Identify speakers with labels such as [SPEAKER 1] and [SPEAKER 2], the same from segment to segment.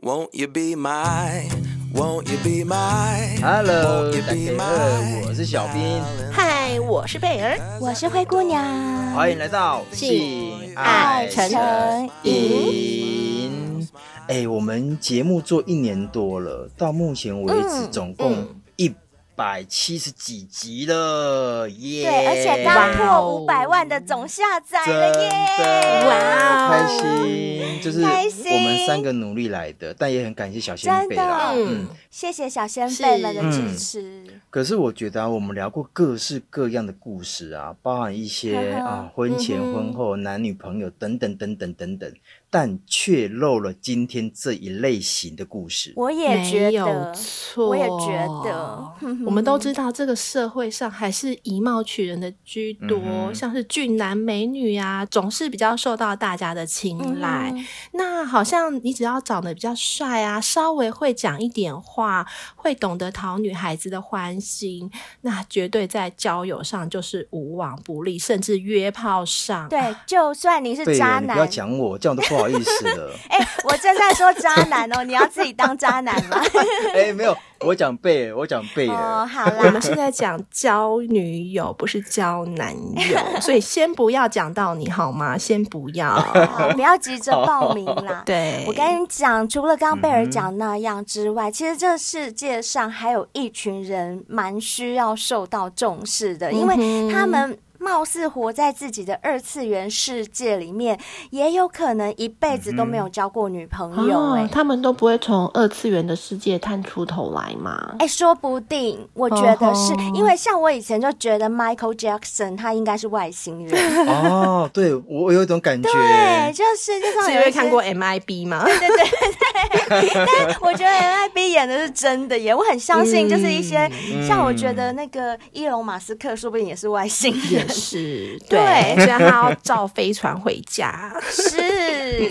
[SPEAKER 1] Won't you be my? Won't you be my?
[SPEAKER 2] Hello，
[SPEAKER 1] won't you
[SPEAKER 2] 大
[SPEAKER 1] be
[SPEAKER 2] 家
[SPEAKER 1] my
[SPEAKER 2] 好，我是小兵，
[SPEAKER 3] 嗨，我是贝儿，
[SPEAKER 4] 我是灰姑娘，
[SPEAKER 2] 欢迎来到性爱
[SPEAKER 4] 成
[SPEAKER 2] 瘾。哎，我们节目做一年多了，到目前为止
[SPEAKER 3] 嗯
[SPEAKER 2] 总共一百七十几集了，耶！
[SPEAKER 4] 对，而且刚破五百万的总下载
[SPEAKER 2] 真
[SPEAKER 4] 了
[SPEAKER 2] 的
[SPEAKER 4] 耶！
[SPEAKER 3] 哇哦
[SPEAKER 2] 开心，就是
[SPEAKER 4] 开心
[SPEAKER 2] 我们三个努力来的，但也很感谢小先
[SPEAKER 4] 真
[SPEAKER 2] 辈
[SPEAKER 4] 的
[SPEAKER 2] 啦。，
[SPEAKER 3] 嗯
[SPEAKER 4] 谢谢小先辈们的
[SPEAKER 2] 是
[SPEAKER 4] 支持。
[SPEAKER 2] 嗯可是我觉得啊，我们聊过各式各样的故事啊，包含一些
[SPEAKER 4] 呵呵
[SPEAKER 2] 啊婚前、
[SPEAKER 3] 嗯哼
[SPEAKER 2] 婚后、男女朋友等等等等等等，但却漏了今天这一类型的故事。
[SPEAKER 4] 我也觉
[SPEAKER 3] 没有
[SPEAKER 4] 得，
[SPEAKER 3] 错，
[SPEAKER 4] 我也觉得， 嗯
[SPEAKER 3] 我们都知道，这个社会上还是以貌取人的居多，
[SPEAKER 2] 嗯哼
[SPEAKER 3] 像是俊男美女啊，总是比较受到大家的
[SPEAKER 4] 嗯
[SPEAKER 3] 青睐。那好像你只要长得比较帅啊，稍微会讲一点话，会懂得讨女孩子的欢心，那绝对在交友上就是无往不利，甚至约炮上。
[SPEAKER 4] 对，就算你是
[SPEAKER 2] 对了，
[SPEAKER 4] 渣
[SPEAKER 2] 你不要
[SPEAKER 4] 男，
[SPEAKER 2] 讲我，这样我都不好意思 了。
[SPEAKER 4] 哎，我正在说渣男哦，你要自己当渣男吗？
[SPEAKER 2] 哎、没有，我讲贝尔，我讲贝
[SPEAKER 4] 哦，
[SPEAKER 2] 尔。
[SPEAKER 4] 好
[SPEAKER 3] 我们
[SPEAKER 4] 啦，
[SPEAKER 3] 是在讲交女友，不是交男友，所以先不要讲到你好吗？先不要。
[SPEAKER 4] 好哦不要急 着报名啦。
[SPEAKER 3] 对，
[SPEAKER 4] 我跟你讲，除了刚刚贝
[SPEAKER 2] 嗯
[SPEAKER 4] 尔
[SPEAKER 2] 哼
[SPEAKER 4] 讲那样之外，其实这世界上还有一群人蛮需要受到重视的，因
[SPEAKER 3] 嗯
[SPEAKER 4] 为
[SPEAKER 3] 哼
[SPEAKER 4] 他们。貌似活在自己的二次元世界里面，也有可能一辈子都没有交过女朋友、哎、
[SPEAKER 5] 啊，他们都不会从二次元的世界探出头来嘛？
[SPEAKER 4] 哎，说不定，我觉得是、
[SPEAKER 5] 哦吼
[SPEAKER 4] 因为像我以前就觉得 Michael Jackson 他应该是外 星人，
[SPEAKER 2] 哦，对我我有一种感觉，
[SPEAKER 4] 对，就是就像
[SPEAKER 3] 是因
[SPEAKER 4] 有一
[SPEAKER 3] 为
[SPEAKER 4] 些
[SPEAKER 3] 看过 MIB 吗？
[SPEAKER 4] 对对对对，但 我觉得 N I B 演的是真的耶，我很相信，就是一些、
[SPEAKER 2] 嗯
[SPEAKER 4] 像我觉得那个伊隆马斯克，说不定也是外星人
[SPEAKER 3] 也，是，
[SPEAKER 4] 对
[SPEAKER 3] 对，所以他要造飞船回家，
[SPEAKER 4] 是，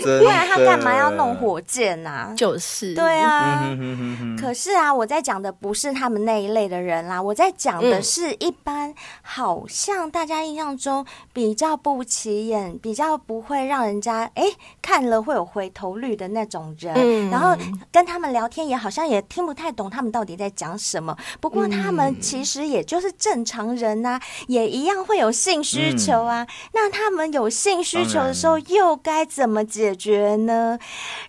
[SPEAKER 2] 真
[SPEAKER 4] 不然他
[SPEAKER 2] 的
[SPEAKER 4] 干嘛要弄火箭呐、啊？
[SPEAKER 3] 就是
[SPEAKER 4] 对，啊。
[SPEAKER 2] 嗯哼哼哼哼
[SPEAKER 4] 可是啊，我在讲的不是他们那一类的人啦，我在讲的是一般好像大家印象中比较不起眼、比较不会让人家哎看了会有回头率的那种人，
[SPEAKER 3] 嗯
[SPEAKER 4] 然后跟他们聊天也好像也听不太懂他们到底在讲什么。不过他们其实也就是正常人呐、也一样会有性需求啊。那他们有性需求的时候，又该怎么解决呢？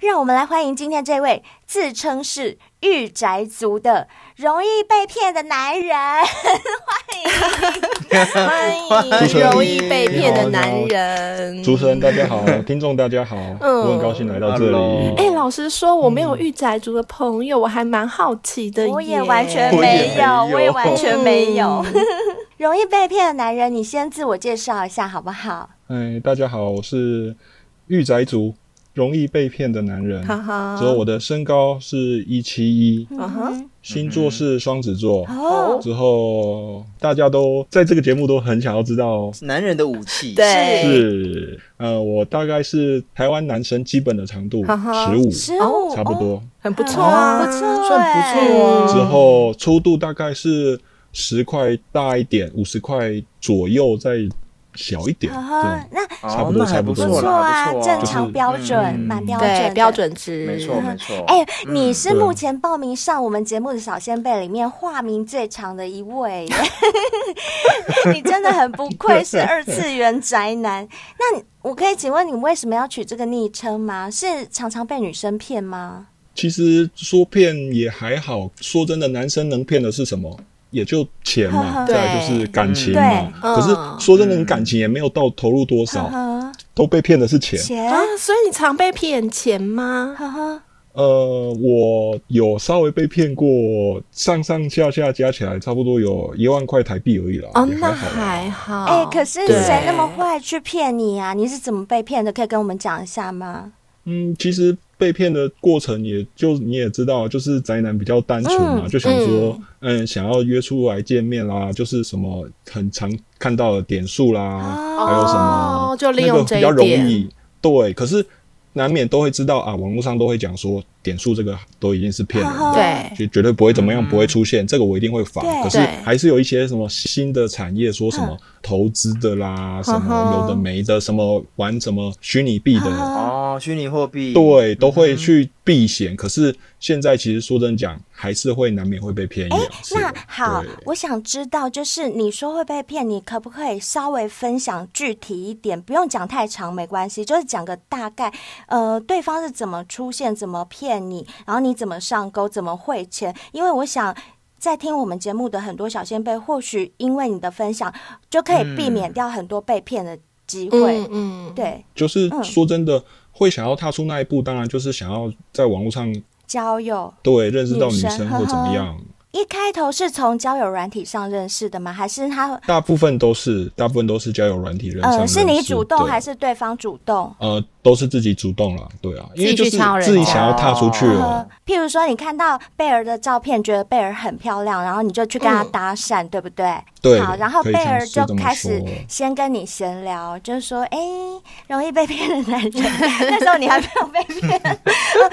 [SPEAKER 4] 让我们来欢迎今天这位自称是御宅族的容易被骗的男人，
[SPEAKER 3] 欢迎容易被骗的男人。
[SPEAKER 6] 主持人大家好，听众大家好，
[SPEAKER 4] 嗯
[SPEAKER 6] 我很高兴来到这里
[SPEAKER 2] Hello。
[SPEAKER 3] 哎，老实说，我没有御宅族的朋友，我还蛮好奇的耶。
[SPEAKER 4] 我也完全
[SPEAKER 2] 我也
[SPEAKER 4] 没有，
[SPEAKER 2] 没有
[SPEAKER 4] 我也完全没有。
[SPEAKER 3] 嗯
[SPEAKER 4] 容易被骗的男人，你先自我介绍一下好不好？
[SPEAKER 6] 哎，大家好，我是御宅族，容易被骗的男人。
[SPEAKER 3] 哈哈
[SPEAKER 6] 之后我的身高是一七一，
[SPEAKER 3] 啊哈，
[SPEAKER 6] 星座是双子座。
[SPEAKER 4] 哦，
[SPEAKER 6] 之后大家都在这个节目都很想要知道，
[SPEAKER 2] 男人的武器，
[SPEAKER 3] 对，
[SPEAKER 6] 是呃，我大概是台湾男生基本的长度
[SPEAKER 3] 哈哈
[SPEAKER 6] 十五，
[SPEAKER 4] 十五，
[SPEAKER 6] 差不
[SPEAKER 4] 哦，
[SPEAKER 6] 多。
[SPEAKER 3] 很不错啊，
[SPEAKER 4] 不错，哎
[SPEAKER 2] 算不错啊。
[SPEAKER 6] 之后粗度大概是十块大一点，五十块左右再小一点。
[SPEAKER 4] 啊
[SPEAKER 6] 这
[SPEAKER 4] 哈
[SPEAKER 6] 样，
[SPEAKER 4] 那
[SPEAKER 6] 差不多
[SPEAKER 2] 哦那还不
[SPEAKER 6] 差不多
[SPEAKER 4] 不
[SPEAKER 2] 错
[SPEAKER 4] 错
[SPEAKER 2] 啦，
[SPEAKER 4] 啊，
[SPEAKER 2] 不错啊嗯
[SPEAKER 4] 正常标准，蛮啊标准
[SPEAKER 3] 嗯对，
[SPEAKER 4] 的
[SPEAKER 3] 标。准值，
[SPEAKER 2] 没错没错。嗯
[SPEAKER 4] 哎，你是
[SPEAKER 6] 对
[SPEAKER 4] 目前报名上我们节目的小先辈里面化名最长的一位，你真的很不愧是二次元宅男。那你我可以请问你为什么要取这个昵称吗？是常常被女生骗吗？
[SPEAKER 6] 其实说骗也还好，说真的，男生能骗的是什么？也就钱嘛，
[SPEAKER 3] 对
[SPEAKER 6] 再来就是感情嘛。
[SPEAKER 4] 对
[SPEAKER 3] 嗯
[SPEAKER 6] 可是说真的，你感情也没有到投入多少，
[SPEAKER 4] 呵
[SPEAKER 6] 都被哦骗的是钱。
[SPEAKER 4] 钱，
[SPEAKER 3] 啊，所以你常被骗钱吗？
[SPEAKER 4] 呵呵，
[SPEAKER 6] 呃，我有稍微被骗过，上上下下加起来差不多有一万块台币而已啦，
[SPEAKER 3] 哦，
[SPEAKER 6] 也
[SPEAKER 3] 那
[SPEAKER 6] 还好啦。
[SPEAKER 3] 还好。
[SPEAKER 4] 哎，可是
[SPEAKER 3] 啊对
[SPEAKER 4] 谁那么坏去骗你啊？你是怎么被骗的？可以跟我们讲一下吗？
[SPEAKER 6] 嗯，其实被骗的过程也就你也知道，就是宅男比较单纯嘛，就想说，嗯想要约出来见面啦，就是什么很常看到的点数啦，
[SPEAKER 3] 嗯
[SPEAKER 4] 哦
[SPEAKER 6] 还有什么
[SPEAKER 3] 就利用
[SPEAKER 6] 那个
[SPEAKER 3] 这一
[SPEAKER 6] 比较容
[SPEAKER 3] 点
[SPEAKER 6] 易，对，可是难免都会知道啊，网络上都会讲说点数这个都一定是骗人的。
[SPEAKER 3] 哦对，嗯
[SPEAKER 6] 就绝对不会怎么样，不会出现，这个我一定会防。
[SPEAKER 4] 对
[SPEAKER 6] 可是
[SPEAKER 3] 对嗯
[SPEAKER 6] 还是有一些什么新的产业，说什么投资的啦，什么有的没的，什么玩什么虚拟币的，
[SPEAKER 3] 嗯
[SPEAKER 4] 呵呵
[SPEAKER 2] 哦，哦，虚拟货币，
[SPEAKER 6] 对，都
[SPEAKER 4] 嗯
[SPEAKER 6] 会去避险。可是现在其实说真讲，还是会难免会被骗一两次。
[SPEAKER 4] 哎那好
[SPEAKER 6] 对，
[SPEAKER 4] 我想知道，就是你说会被骗，你可不可以稍微分享具体一点？不用讲太长，没关系，就是讲个大概。呃，对方是怎么出现，怎么骗你，然后你怎么上钩，怎么汇钱？因为我想。在听我们节目的很多小先辈，或许因为你的分享，就可以避免掉很多被骗的机会。
[SPEAKER 3] 嗯嗯，
[SPEAKER 4] 对，
[SPEAKER 6] 就是
[SPEAKER 4] 嗯
[SPEAKER 6] 说真的，会想要踏出那一步，当然就是想要在网络上
[SPEAKER 4] 交友
[SPEAKER 6] 对认识到女
[SPEAKER 4] 女生
[SPEAKER 6] 生
[SPEAKER 4] 呵呵
[SPEAKER 6] 或怎么样。
[SPEAKER 4] 一开头是从交友软体上认识的吗？还是他
[SPEAKER 6] 大部分都是，大部分都是交友软体认识上
[SPEAKER 4] 呃
[SPEAKER 6] 认识。
[SPEAKER 4] 是你主动
[SPEAKER 6] 对
[SPEAKER 4] 还是对方主动？
[SPEAKER 6] 呃，都是自己主动了，对啊，因为
[SPEAKER 3] 自
[SPEAKER 6] 就
[SPEAKER 3] 己去
[SPEAKER 6] 是
[SPEAKER 3] 敲人家
[SPEAKER 6] 自己想要踏出去哦
[SPEAKER 4] 呃
[SPEAKER 6] 了，，
[SPEAKER 4] 譬如说你看到贝儿的照片，觉得贝儿很漂亮，然后你就去跟她
[SPEAKER 3] 嗯
[SPEAKER 4] 搭讪，对不对？
[SPEAKER 6] 对
[SPEAKER 4] 好，然后
[SPEAKER 6] 可以
[SPEAKER 4] 贝
[SPEAKER 6] 这样
[SPEAKER 4] 儿就
[SPEAKER 6] 说这么
[SPEAKER 4] 开始
[SPEAKER 6] 说
[SPEAKER 4] 先跟你闲聊，就是说，哎、容易被骗的男人，那时候你还没有被骗，呃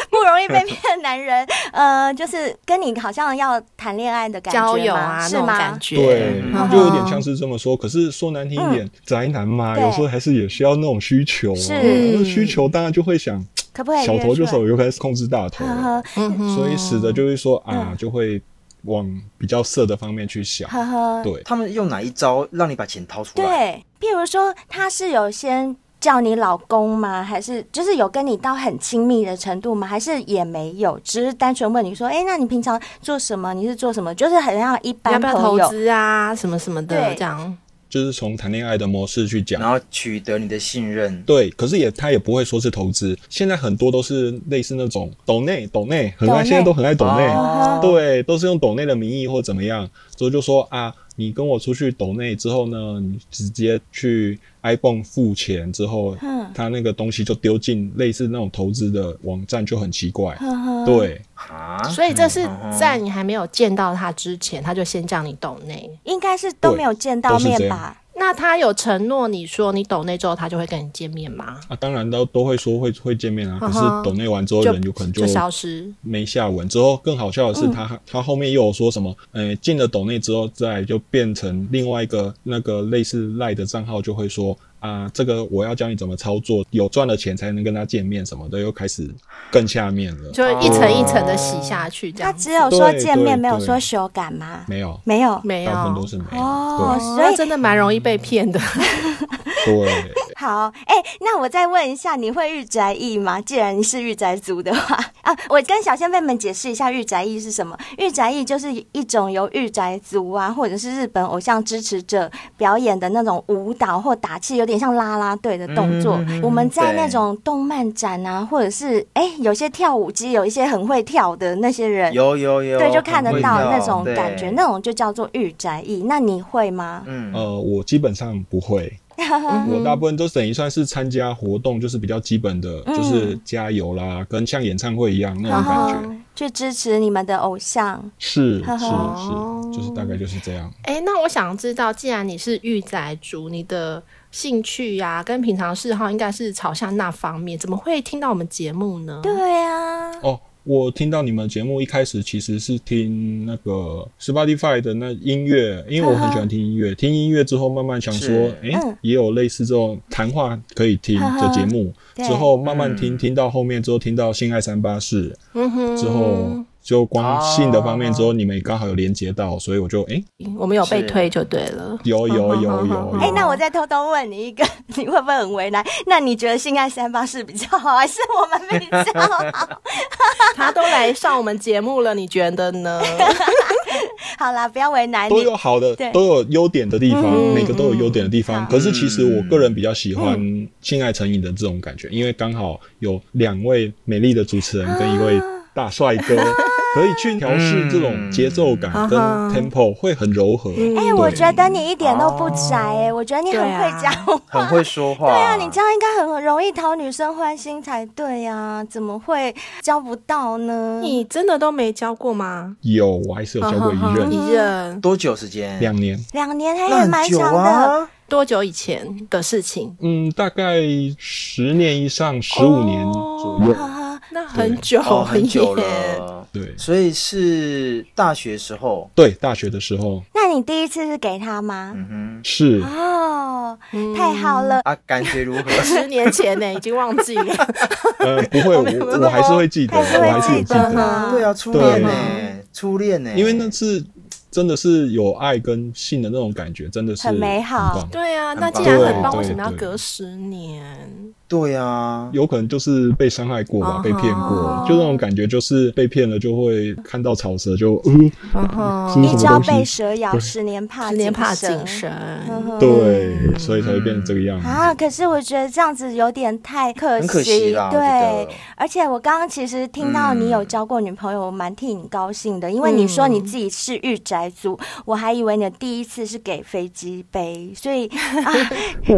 [SPEAKER 4] 不容易被骗的男人， 呃，就是跟你好像要谈恋爱的感觉
[SPEAKER 3] 交友
[SPEAKER 4] 嘛
[SPEAKER 3] 啊
[SPEAKER 4] 是
[SPEAKER 3] 那种
[SPEAKER 4] 吗？
[SPEAKER 3] 感觉，
[SPEAKER 6] 对
[SPEAKER 2] 嗯，
[SPEAKER 6] 就有点像是这么说。可是说难听一点，宅男嘛，
[SPEAKER 4] 嗯对
[SPEAKER 6] 有时候还是也需要那种需求啊，
[SPEAKER 4] 是
[SPEAKER 6] 那需求当然就会想，
[SPEAKER 4] 可不可以
[SPEAKER 6] 小头
[SPEAKER 4] 约
[SPEAKER 6] 就
[SPEAKER 4] 出来
[SPEAKER 6] 手，有可能是控制大头了，
[SPEAKER 4] 呵呵
[SPEAKER 3] 嗯哼
[SPEAKER 6] 所以使得就会说
[SPEAKER 4] 嗯
[SPEAKER 6] 啊，就会往比较色的方面去想。
[SPEAKER 4] 呵呵，
[SPEAKER 6] 对，
[SPEAKER 2] 他们用哪一招让你把钱掏出来？
[SPEAKER 4] 对，譬如说他是有先叫你老公吗？还是就是有跟你到很亲密的程度吗？还是也没有，只是单纯问你说，哎、那你平常做什么？你是做什么？就是很像一
[SPEAKER 3] 要
[SPEAKER 4] 般
[SPEAKER 3] 不要
[SPEAKER 4] 朋友
[SPEAKER 3] 投资啊，什么什么的
[SPEAKER 4] 对
[SPEAKER 3] 这样。
[SPEAKER 6] 就是从谈恋爱的模式去讲
[SPEAKER 2] 然。后取得你的信任。
[SPEAKER 6] 对，可是也他也不会说是投资，现在很多都是类似那种抖内抖内，很
[SPEAKER 4] 抖
[SPEAKER 6] 爱
[SPEAKER 4] 内
[SPEAKER 6] 现在都很爱抖内，
[SPEAKER 2] 哦
[SPEAKER 6] 欸对，都是用抖内的名义或怎么样，所以就说啊，你跟我出去抖内之后呢，你直接去 iPhone 付钱之后，
[SPEAKER 4] 嗯
[SPEAKER 6] 他那个东西就丢进类似那种投资的网站，就很奇怪。
[SPEAKER 4] 呵呵，
[SPEAKER 6] 对，
[SPEAKER 2] 啊，
[SPEAKER 3] 所以这是
[SPEAKER 2] 嗯
[SPEAKER 3] 在你还没有见到他之前，他就先叫你抖内。
[SPEAKER 4] 应该是都
[SPEAKER 6] 对
[SPEAKER 4] 没有见到
[SPEAKER 6] 都是这
[SPEAKER 4] 面
[SPEAKER 6] 样
[SPEAKER 4] 吧？
[SPEAKER 3] 那他有承诺你说你抖内之后，他就会跟你见面吗？
[SPEAKER 6] 啊，当然都都会说会会见面啊，可是
[SPEAKER 3] 嗯哼
[SPEAKER 6] 抖内完之后人有可能
[SPEAKER 3] 就消嗯失。
[SPEAKER 6] 没下文。之后更好笑的是他，他、后面又有说什么，呃，进了抖内之后，再来就变成另外一个那个类似赖的账号，就会说啊，这个我要教你怎么操作，有赚了钱才能跟他见面什么的，又开始更下面了。
[SPEAKER 3] 就一层一层的洗下去，这
[SPEAKER 4] 他
[SPEAKER 3] 样
[SPEAKER 4] 只有说
[SPEAKER 6] 对
[SPEAKER 4] 见面，
[SPEAKER 6] 对
[SPEAKER 4] 没有
[SPEAKER 6] 对
[SPEAKER 4] 说修改吗？
[SPEAKER 6] 没有，
[SPEAKER 4] 没有。
[SPEAKER 3] 没有
[SPEAKER 6] 大部分都是没有。
[SPEAKER 4] 哦
[SPEAKER 3] 哦
[SPEAKER 4] 所以
[SPEAKER 3] 那真的蛮容易被骗的。
[SPEAKER 6] 对对，
[SPEAKER 4] 好，哎、那我再问一下，你会御宅役吗？既然你是御宅族的话， 啊，我跟小先辈们解释一下御宅役是什么。御宅役就是一种由御宅族啊，或者是日本偶像支持者表演的那种舞蹈或打气，有点像啦啦队的动作。
[SPEAKER 2] 嗯嗯嗯嗯
[SPEAKER 4] 我们在
[SPEAKER 2] 对
[SPEAKER 4] 那种动漫展啊，或者是哎、有些跳舞机，有一些很会跳的那些人，
[SPEAKER 2] 有有有，
[SPEAKER 4] 对，就看得
[SPEAKER 2] 很会
[SPEAKER 4] 到
[SPEAKER 2] 跳
[SPEAKER 4] 那种
[SPEAKER 2] 对
[SPEAKER 4] 感觉，那种就叫做御宅役。那你会吗？
[SPEAKER 2] 嗯，
[SPEAKER 6] 呃，我基本上 不会，
[SPEAKER 4] 嗯
[SPEAKER 6] 我大部分都等于算是参加活动，就是比较基本的，
[SPEAKER 4] 嗯
[SPEAKER 6] 就是加油啦，跟像演唱会一样那种感觉。
[SPEAKER 4] 去支持你们的偶像。
[SPEAKER 6] 是是
[SPEAKER 3] 哦
[SPEAKER 6] 是，就是大概就是这样。
[SPEAKER 3] 哎、那我想知道，既然你是御宅族，你的兴趣呀、跟平常嗜好应该是朝向那方面，怎么会听到我们节目呢？
[SPEAKER 4] 对啊，
[SPEAKER 6] 哦，我听到你们节目一开始其实是听那个 Spotify 的那音乐，因为我很喜欢听音乐。听音乐之后，慢慢想说
[SPEAKER 2] 是，
[SPEAKER 6] 诶，
[SPEAKER 4] 嗯
[SPEAKER 6] 也有类似这种谈话可以听
[SPEAKER 4] 呵呵
[SPEAKER 6] 的节目。
[SPEAKER 4] 对
[SPEAKER 6] 之后慢慢听，
[SPEAKER 2] 嗯
[SPEAKER 6] 听到后面之后，听到性爱三八室
[SPEAKER 3] 嗯哼，
[SPEAKER 6] 之后。就光
[SPEAKER 2] 哦
[SPEAKER 6] 性的方面之后，你们也刚好有连接到，所以我就诶，
[SPEAKER 3] 我们有被
[SPEAKER 2] 是
[SPEAKER 3] 推就对了。
[SPEAKER 6] 有有有有有。
[SPEAKER 4] 哎、那我再偷偷问你一个， 你会不会很为难？那你觉得性爱三八是比较好，还是我们比较好？
[SPEAKER 3] 他都来上我们节目了，你觉得 呢？
[SPEAKER 4] 好啦，不要为难
[SPEAKER 6] 都
[SPEAKER 4] 你
[SPEAKER 6] 有。好的
[SPEAKER 4] 对，嗯
[SPEAKER 6] 都有优点的地方，
[SPEAKER 3] 嗯
[SPEAKER 6] 每个都有优点的地方。
[SPEAKER 4] 好
[SPEAKER 6] 可是其实我个人比较喜欢
[SPEAKER 4] 嗯
[SPEAKER 6] 性爱成瘾的这种感觉，因为刚好有两位美丽的主持人跟一位大帅哥，
[SPEAKER 4] 啊
[SPEAKER 6] 可以去调试这种节 奏感跟
[SPEAKER 3] 嗯
[SPEAKER 6] tempo，会很柔和。
[SPEAKER 4] 哎、
[SPEAKER 6] 对
[SPEAKER 4] 啊我觉得你一点都不宅哎、我觉得你很
[SPEAKER 3] 对啊
[SPEAKER 4] 会讲话。
[SPEAKER 2] 很会说话。
[SPEAKER 4] 对啊，你这样应该很容易讨女生欢心才对呀、啊，怎么会交不到呢？
[SPEAKER 3] 你真的都没教过吗？嗯
[SPEAKER 6] 有，我还是有交过
[SPEAKER 4] 啊
[SPEAKER 6] 一任
[SPEAKER 3] 一任
[SPEAKER 2] 多久时间？
[SPEAKER 6] 两年，
[SPEAKER 4] 两年
[SPEAKER 2] 那
[SPEAKER 4] 还也
[SPEAKER 2] 很
[SPEAKER 4] 哎蛮
[SPEAKER 2] 久
[SPEAKER 4] 长的，
[SPEAKER 2] 啊。
[SPEAKER 3] 多久以前的事情？
[SPEAKER 6] 嗯，大概十年以上，十五年左右。
[SPEAKER 4] 哈哈。
[SPEAKER 3] 那很久耶，
[SPEAKER 2] 哦哦，很久了。
[SPEAKER 6] 对
[SPEAKER 2] 所以是大学时候，
[SPEAKER 6] 对，大学的时候
[SPEAKER 4] 那你第一次是给他吗？
[SPEAKER 2] 嗯
[SPEAKER 6] 是
[SPEAKER 4] 哦，
[SPEAKER 3] 嗯
[SPEAKER 4] 太好了
[SPEAKER 2] 哼，，啊，感觉如何？
[SPEAKER 3] 十年前呢、已经忘记了。
[SPEAKER 6] 呃 不会，
[SPEAKER 3] 没有
[SPEAKER 6] 我我还是会记得，
[SPEAKER 4] 还是
[SPEAKER 6] 我还是
[SPEAKER 4] 会
[SPEAKER 6] 有
[SPEAKER 4] 记
[SPEAKER 6] 记
[SPEAKER 4] 得
[SPEAKER 6] 得。
[SPEAKER 4] 哈。
[SPEAKER 2] 对啊，初恋呢，初恋欸呢，
[SPEAKER 6] 因为那是真的是有爱跟性的那种感觉，真的是
[SPEAKER 4] 很美好
[SPEAKER 6] 棒。
[SPEAKER 3] 对啊，
[SPEAKER 2] 很
[SPEAKER 3] 那
[SPEAKER 2] 棒
[SPEAKER 3] 既然很棒，
[SPEAKER 6] 对
[SPEAKER 3] 为什么要
[SPEAKER 6] 对
[SPEAKER 3] 隔十年？
[SPEAKER 2] 对啊，
[SPEAKER 6] 有可能就是被伤害过吧，被骗
[SPEAKER 3] 哦
[SPEAKER 6] 过，就那种感觉，就是被骗了就会看到草蛇就，嗯，
[SPEAKER 3] 然后
[SPEAKER 6] 是
[SPEAKER 4] 一朝
[SPEAKER 6] 什么东西
[SPEAKER 4] 被蛇咬，十年怕
[SPEAKER 3] 十年怕
[SPEAKER 4] 井
[SPEAKER 3] 井绳。
[SPEAKER 4] 嗯哼
[SPEAKER 6] 对，所以才会变成这个样子。
[SPEAKER 4] 啊！可是我觉得这样子有点太可
[SPEAKER 2] 嗯很
[SPEAKER 4] 惜，
[SPEAKER 2] 可惜啦，我觉
[SPEAKER 4] 对
[SPEAKER 2] 得。
[SPEAKER 4] 而且我刚刚其实听到你有交过女朋友，我蛮替你高兴的，因为你说你自己是御宅族，我还以为你的第一次是给飞机杯，所以啊，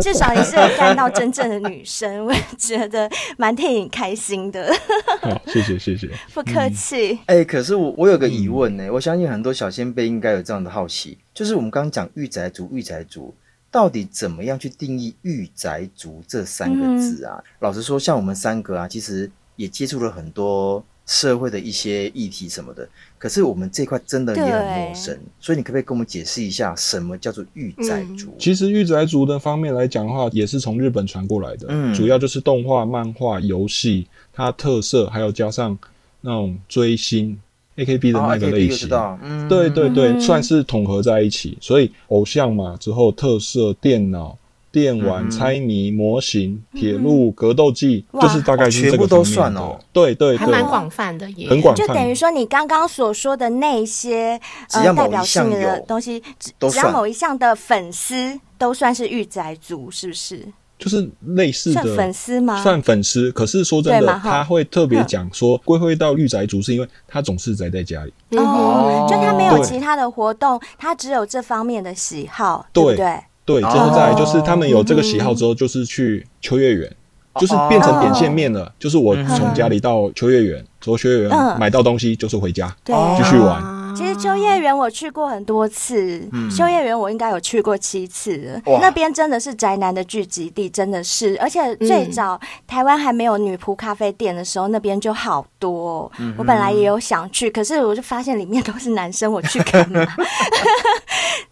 [SPEAKER 4] 至少你是有干到真正的女生，我觉得蛮替你开心的，
[SPEAKER 6] 好，谢谢谢谢。
[SPEAKER 4] 不客气。
[SPEAKER 2] 哎、可是我我有个疑
[SPEAKER 6] 嗯
[SPEAKER 2] 问呢、我相信很多小先辈应该有这样的好奇，就是我们刚刚讲御宅族，御宅族到底怎么样去定义御宅族这三个字啊？老实说，像我们三个啊，其实也接触了很多社会的一些议题什么的，可是我们这块真的也很陌生，所以你可不可以跟我们解释一下什么叫做御宅族？
[SPEAKER 6] 其实御宅族的方面来讲的话，也是从日本传过来的，
[SPEAKER 2] 嗯
[SPEAKER 6] 主要就是动画、漫画、游戏，它特色还有加上那种追星 AKB 的
[SPEAKER 2] 哦
[SPEAKER 6] 那个
[SPEAKER 2] AKB
[SPEAKER 6] 类
[SPEAKER 2] 我知
[SPEAKER 6] 型。
[SPEAKER 2] 道，嗯，
[SPEAKER 6] 对对对，
[SPEAKER 4] 嗯
[SPEAKER 6] 算是统合在一起，所以偶像嘛，之后特色、电脑、电玩、
[SPEAKER 2] 嗯
[SPEAKER 6] 猜谜、模型、铁路、格斗技，
[SPEAKER 4] 嗯哇
[SPEAKER 6] 就是大概是这
[SPEAKER 2] 全部
[SPEAKER 6] 个
[SPEAKER 2] 都
[SPEAKER 6] 方面
[SPEAKER 2] 算
[SPEAKER 6] 的
[SPEAKER 2] 哦。
[SPEAKER 6] 对对
[SPEAKER 3] 还
[SPEAKER 6] 对，
[SPEAKER 3] 蛮广泛的耶，
[SPEAKER 6] 很广
[SPEAKER 4] 就等于
[SPEAKER 6] 泛。
[SPEAKER 4] 说，你刚刚所说的那些
[SPEAKER 2] 只要
[SPEAKER 4] 呃
[SPEAKER 2] 某
[SPEAKER 4] 代表
[SPEAKER 2] 一项
[SPEAKER 4] 性的
[SPEAKER 2] 有
[SPEAKER 4] 东西，只
[SPEAKER 2] 都
[SPEAKER 4] 只要
[SPEAKER 2] 算
[SPEAKER 4] 某一项的粉丝都算是御宅族，是不是？
[SPEAKER 6] 就是类似
[SPEAKER 4] 算
[SPEAKER 6] 的
[SPEAKER 4] 粉丝吗？
[SPEAKER 6] 算粉丝，可是说真
[SPEAKER 4] 啊对
[SPEAKER 6] 的
[SPEAKER 4] 嘛，哈
[SPEAKER 6] 他会特别讲说归会到御宅族，是因为他总是宅在家里。
[SPEAKER 3] 嗯
[SPEAKER 2] 哦
[SPEAKER 4] 哦，就他没有
[SPEAKER 6] 对
[SPEAKER 4] 其他的活动，他只有这方面的喜好，
[SPEAKER 6] 对
[SPEAKER 4] 对不对？
[SPEAKER 6] 对，之后再来就是
[SPEAKER 4] 哦
[SPEAKER 6] 他们有这个喜好之后，就是去秋叶
[SPEAKER 4] 嗯
[SPEAKER 6] 原，就是变
[SPEAKER 4] 哦
[SPEAKER 6] 成点线面了。就是我从家里到秋叶原，从秋叶
[SPEAKER 4] 嗯哦
[SPEAKER 6] 原买到东西，就是回家
[SPEAKER 4] 对。
[SPEAKER 6] 继 续玩。
[SPEAKER 4] 其实秋叶原我去过很多次，
[SPEAKER 2] 嗯
[SPEAKER 4] 秋叶原我应该有去过七次了
[SPEAKER 2] 哇
[SPEAKER 4] 那边真的是宅男的聚集地，真的是。而且最早、台湾还没有女仆咖啡店的时候，那边就好多、
[SPEAKER 6] 嗯
[SPEAKER 4] 我本来也有想去，可是我就发现里面都是男生，我去干 嘛？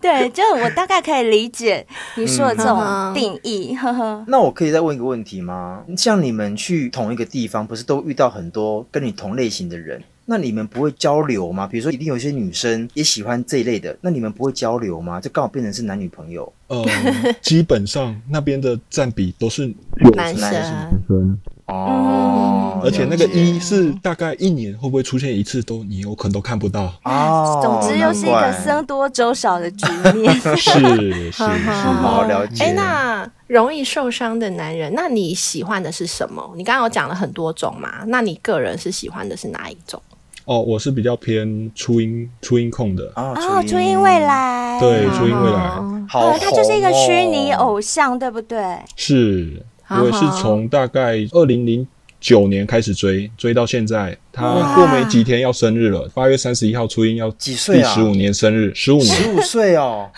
[SPEAKER 4] 对，就我大概可以理解你说的这种定义，呵呵。
[SPEAKER 2] 那我可以再问一个问题吗？像你们去同一个地方，不是都遇到很多跟你同类型的人？那你们不会交流吗？比如说，一定有一些女生也喜欢这一类的，那你们不会交流吗？就刚好变成是男女朋友。
[SPEAKER 6] 呃，基本上那边的占比都是
[SPEAKER 3] 男生，
[SPEAKER 4] 嗯
[SPEAKER 2] 哦
[SPEAKER 6] 而且那个
[SPEAKER 2] 了解
[SPEAKER 6] 一是大概一年会不会出现一次都你有可能都看不到。
[SPEAKER 2] 哦，
[SPEAKER 4] 总之又是一个
[SPEAKER 2] 难怪
[SPEAKER 4] 僧多粥少的局面。
[SPEAKER 6] 是是是，
[SPEAKER 2] 好了解。
[SPEAKER 3] 哎，那容易受伤的男人，那你喜欢的是什么？你刚刚有讲了很多种嘛，那你个人是喜欢的是哪一种？
[SPEAKER 6] 哦，我是比较偏初音初音控的，
[SPEAKER 2] 啊
[SPEAKER 4] 哦，初音未，来，
[SPEAKER 6] 对，
[SPEAKER 3] 嗯
[SPEAKER 6] 初音未来
[SPEAKER 2] 好、哦
[SPEAKER 4] 呃，他就是一个虚拟。偶像，对不对？
[SPEAKER 6] 是，
[SPEAKER 3] 好
[SPEAKER 6] 我也是
[SPEAKER 3] 好
[SPEAKER 6] 从大概二零零九年开始追，追到现在，他过没几天要生日了，八月三十一号初音要
[SPEAKER 2] 几岁
[SPEAKER 6] 第
[SPEAKER 2] 啊
[SPEAKER 6] 十五年生日，十五
[SPEAKER 2] 十
[SPEAKER 6] 年，
[SPEAKER 2] 五岁 哦，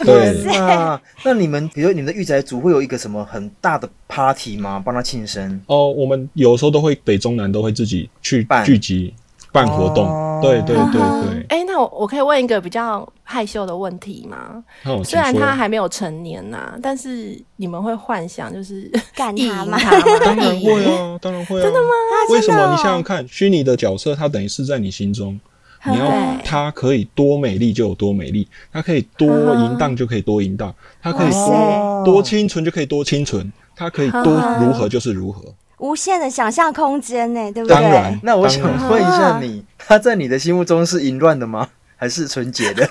[SPEAKER 6] 对
[SPEAKER 2] 那那你们，比如说你们的御宅族会有一个什么很大的 party 吗？帮他庆生？
[SPEAKER 6] 哦，我们有时候都会北中南都会自己去
[SPEAKER 2] 办
[SPEAKER 6] 聚集办活动，
[SPEAKER 2] 哦
[SPEAKER 6] 对对对
[SPEAKER 4] 嗯哼
[SPEAKER 6] 对，
[SPEAKER 3] 哎，那我我可以问一个比较害羞的问题吗？
[SPEAKER 6] 好
[SPEAKER 3] 虽然
[SPEAKER 6] 请说
[SPEAKER 3] 他还没有成年呐、但是你们会幻想就是
[SPEAKER 4] 干
[SPEAKER 3] 意淫
[SPEAKER 4] 他
[SPEAKER 3] 他
[SPEAKER 4] 吗
[SPEAKER 3] 吗？
[SPEAKER 6] 当然会啊，当然会啊。真的哦吗？为什么？你想想看，虚拟的角色，它等于是在你心中，你要
[SPEAKER 3] 对
[SPEAKER 6] 它可以多美丽就有多美丽，它可以多淫荡就可以多淫荡，它可
[SPEAKER 2] 哇
[SPEAKER 6] 以
[SPEAKER 2] 塞
[SPEAKER 4] 哦
[SPEAKER 6] 多多清纯就可以多清纯，它可以多如何就是如何。
[SPEAKER 4] 无限的想象空间呢，对不对？
[SPEAKER 6] 当然，
[SPEAKER 2] 那我
[SPEAKER 6] 当然
[SPEAKER 2] 想问一下你，
[SPEAKER 4] 啊
[SPEAKER 2] 他在你的心目中是淫乱的吗？还是纯洁的？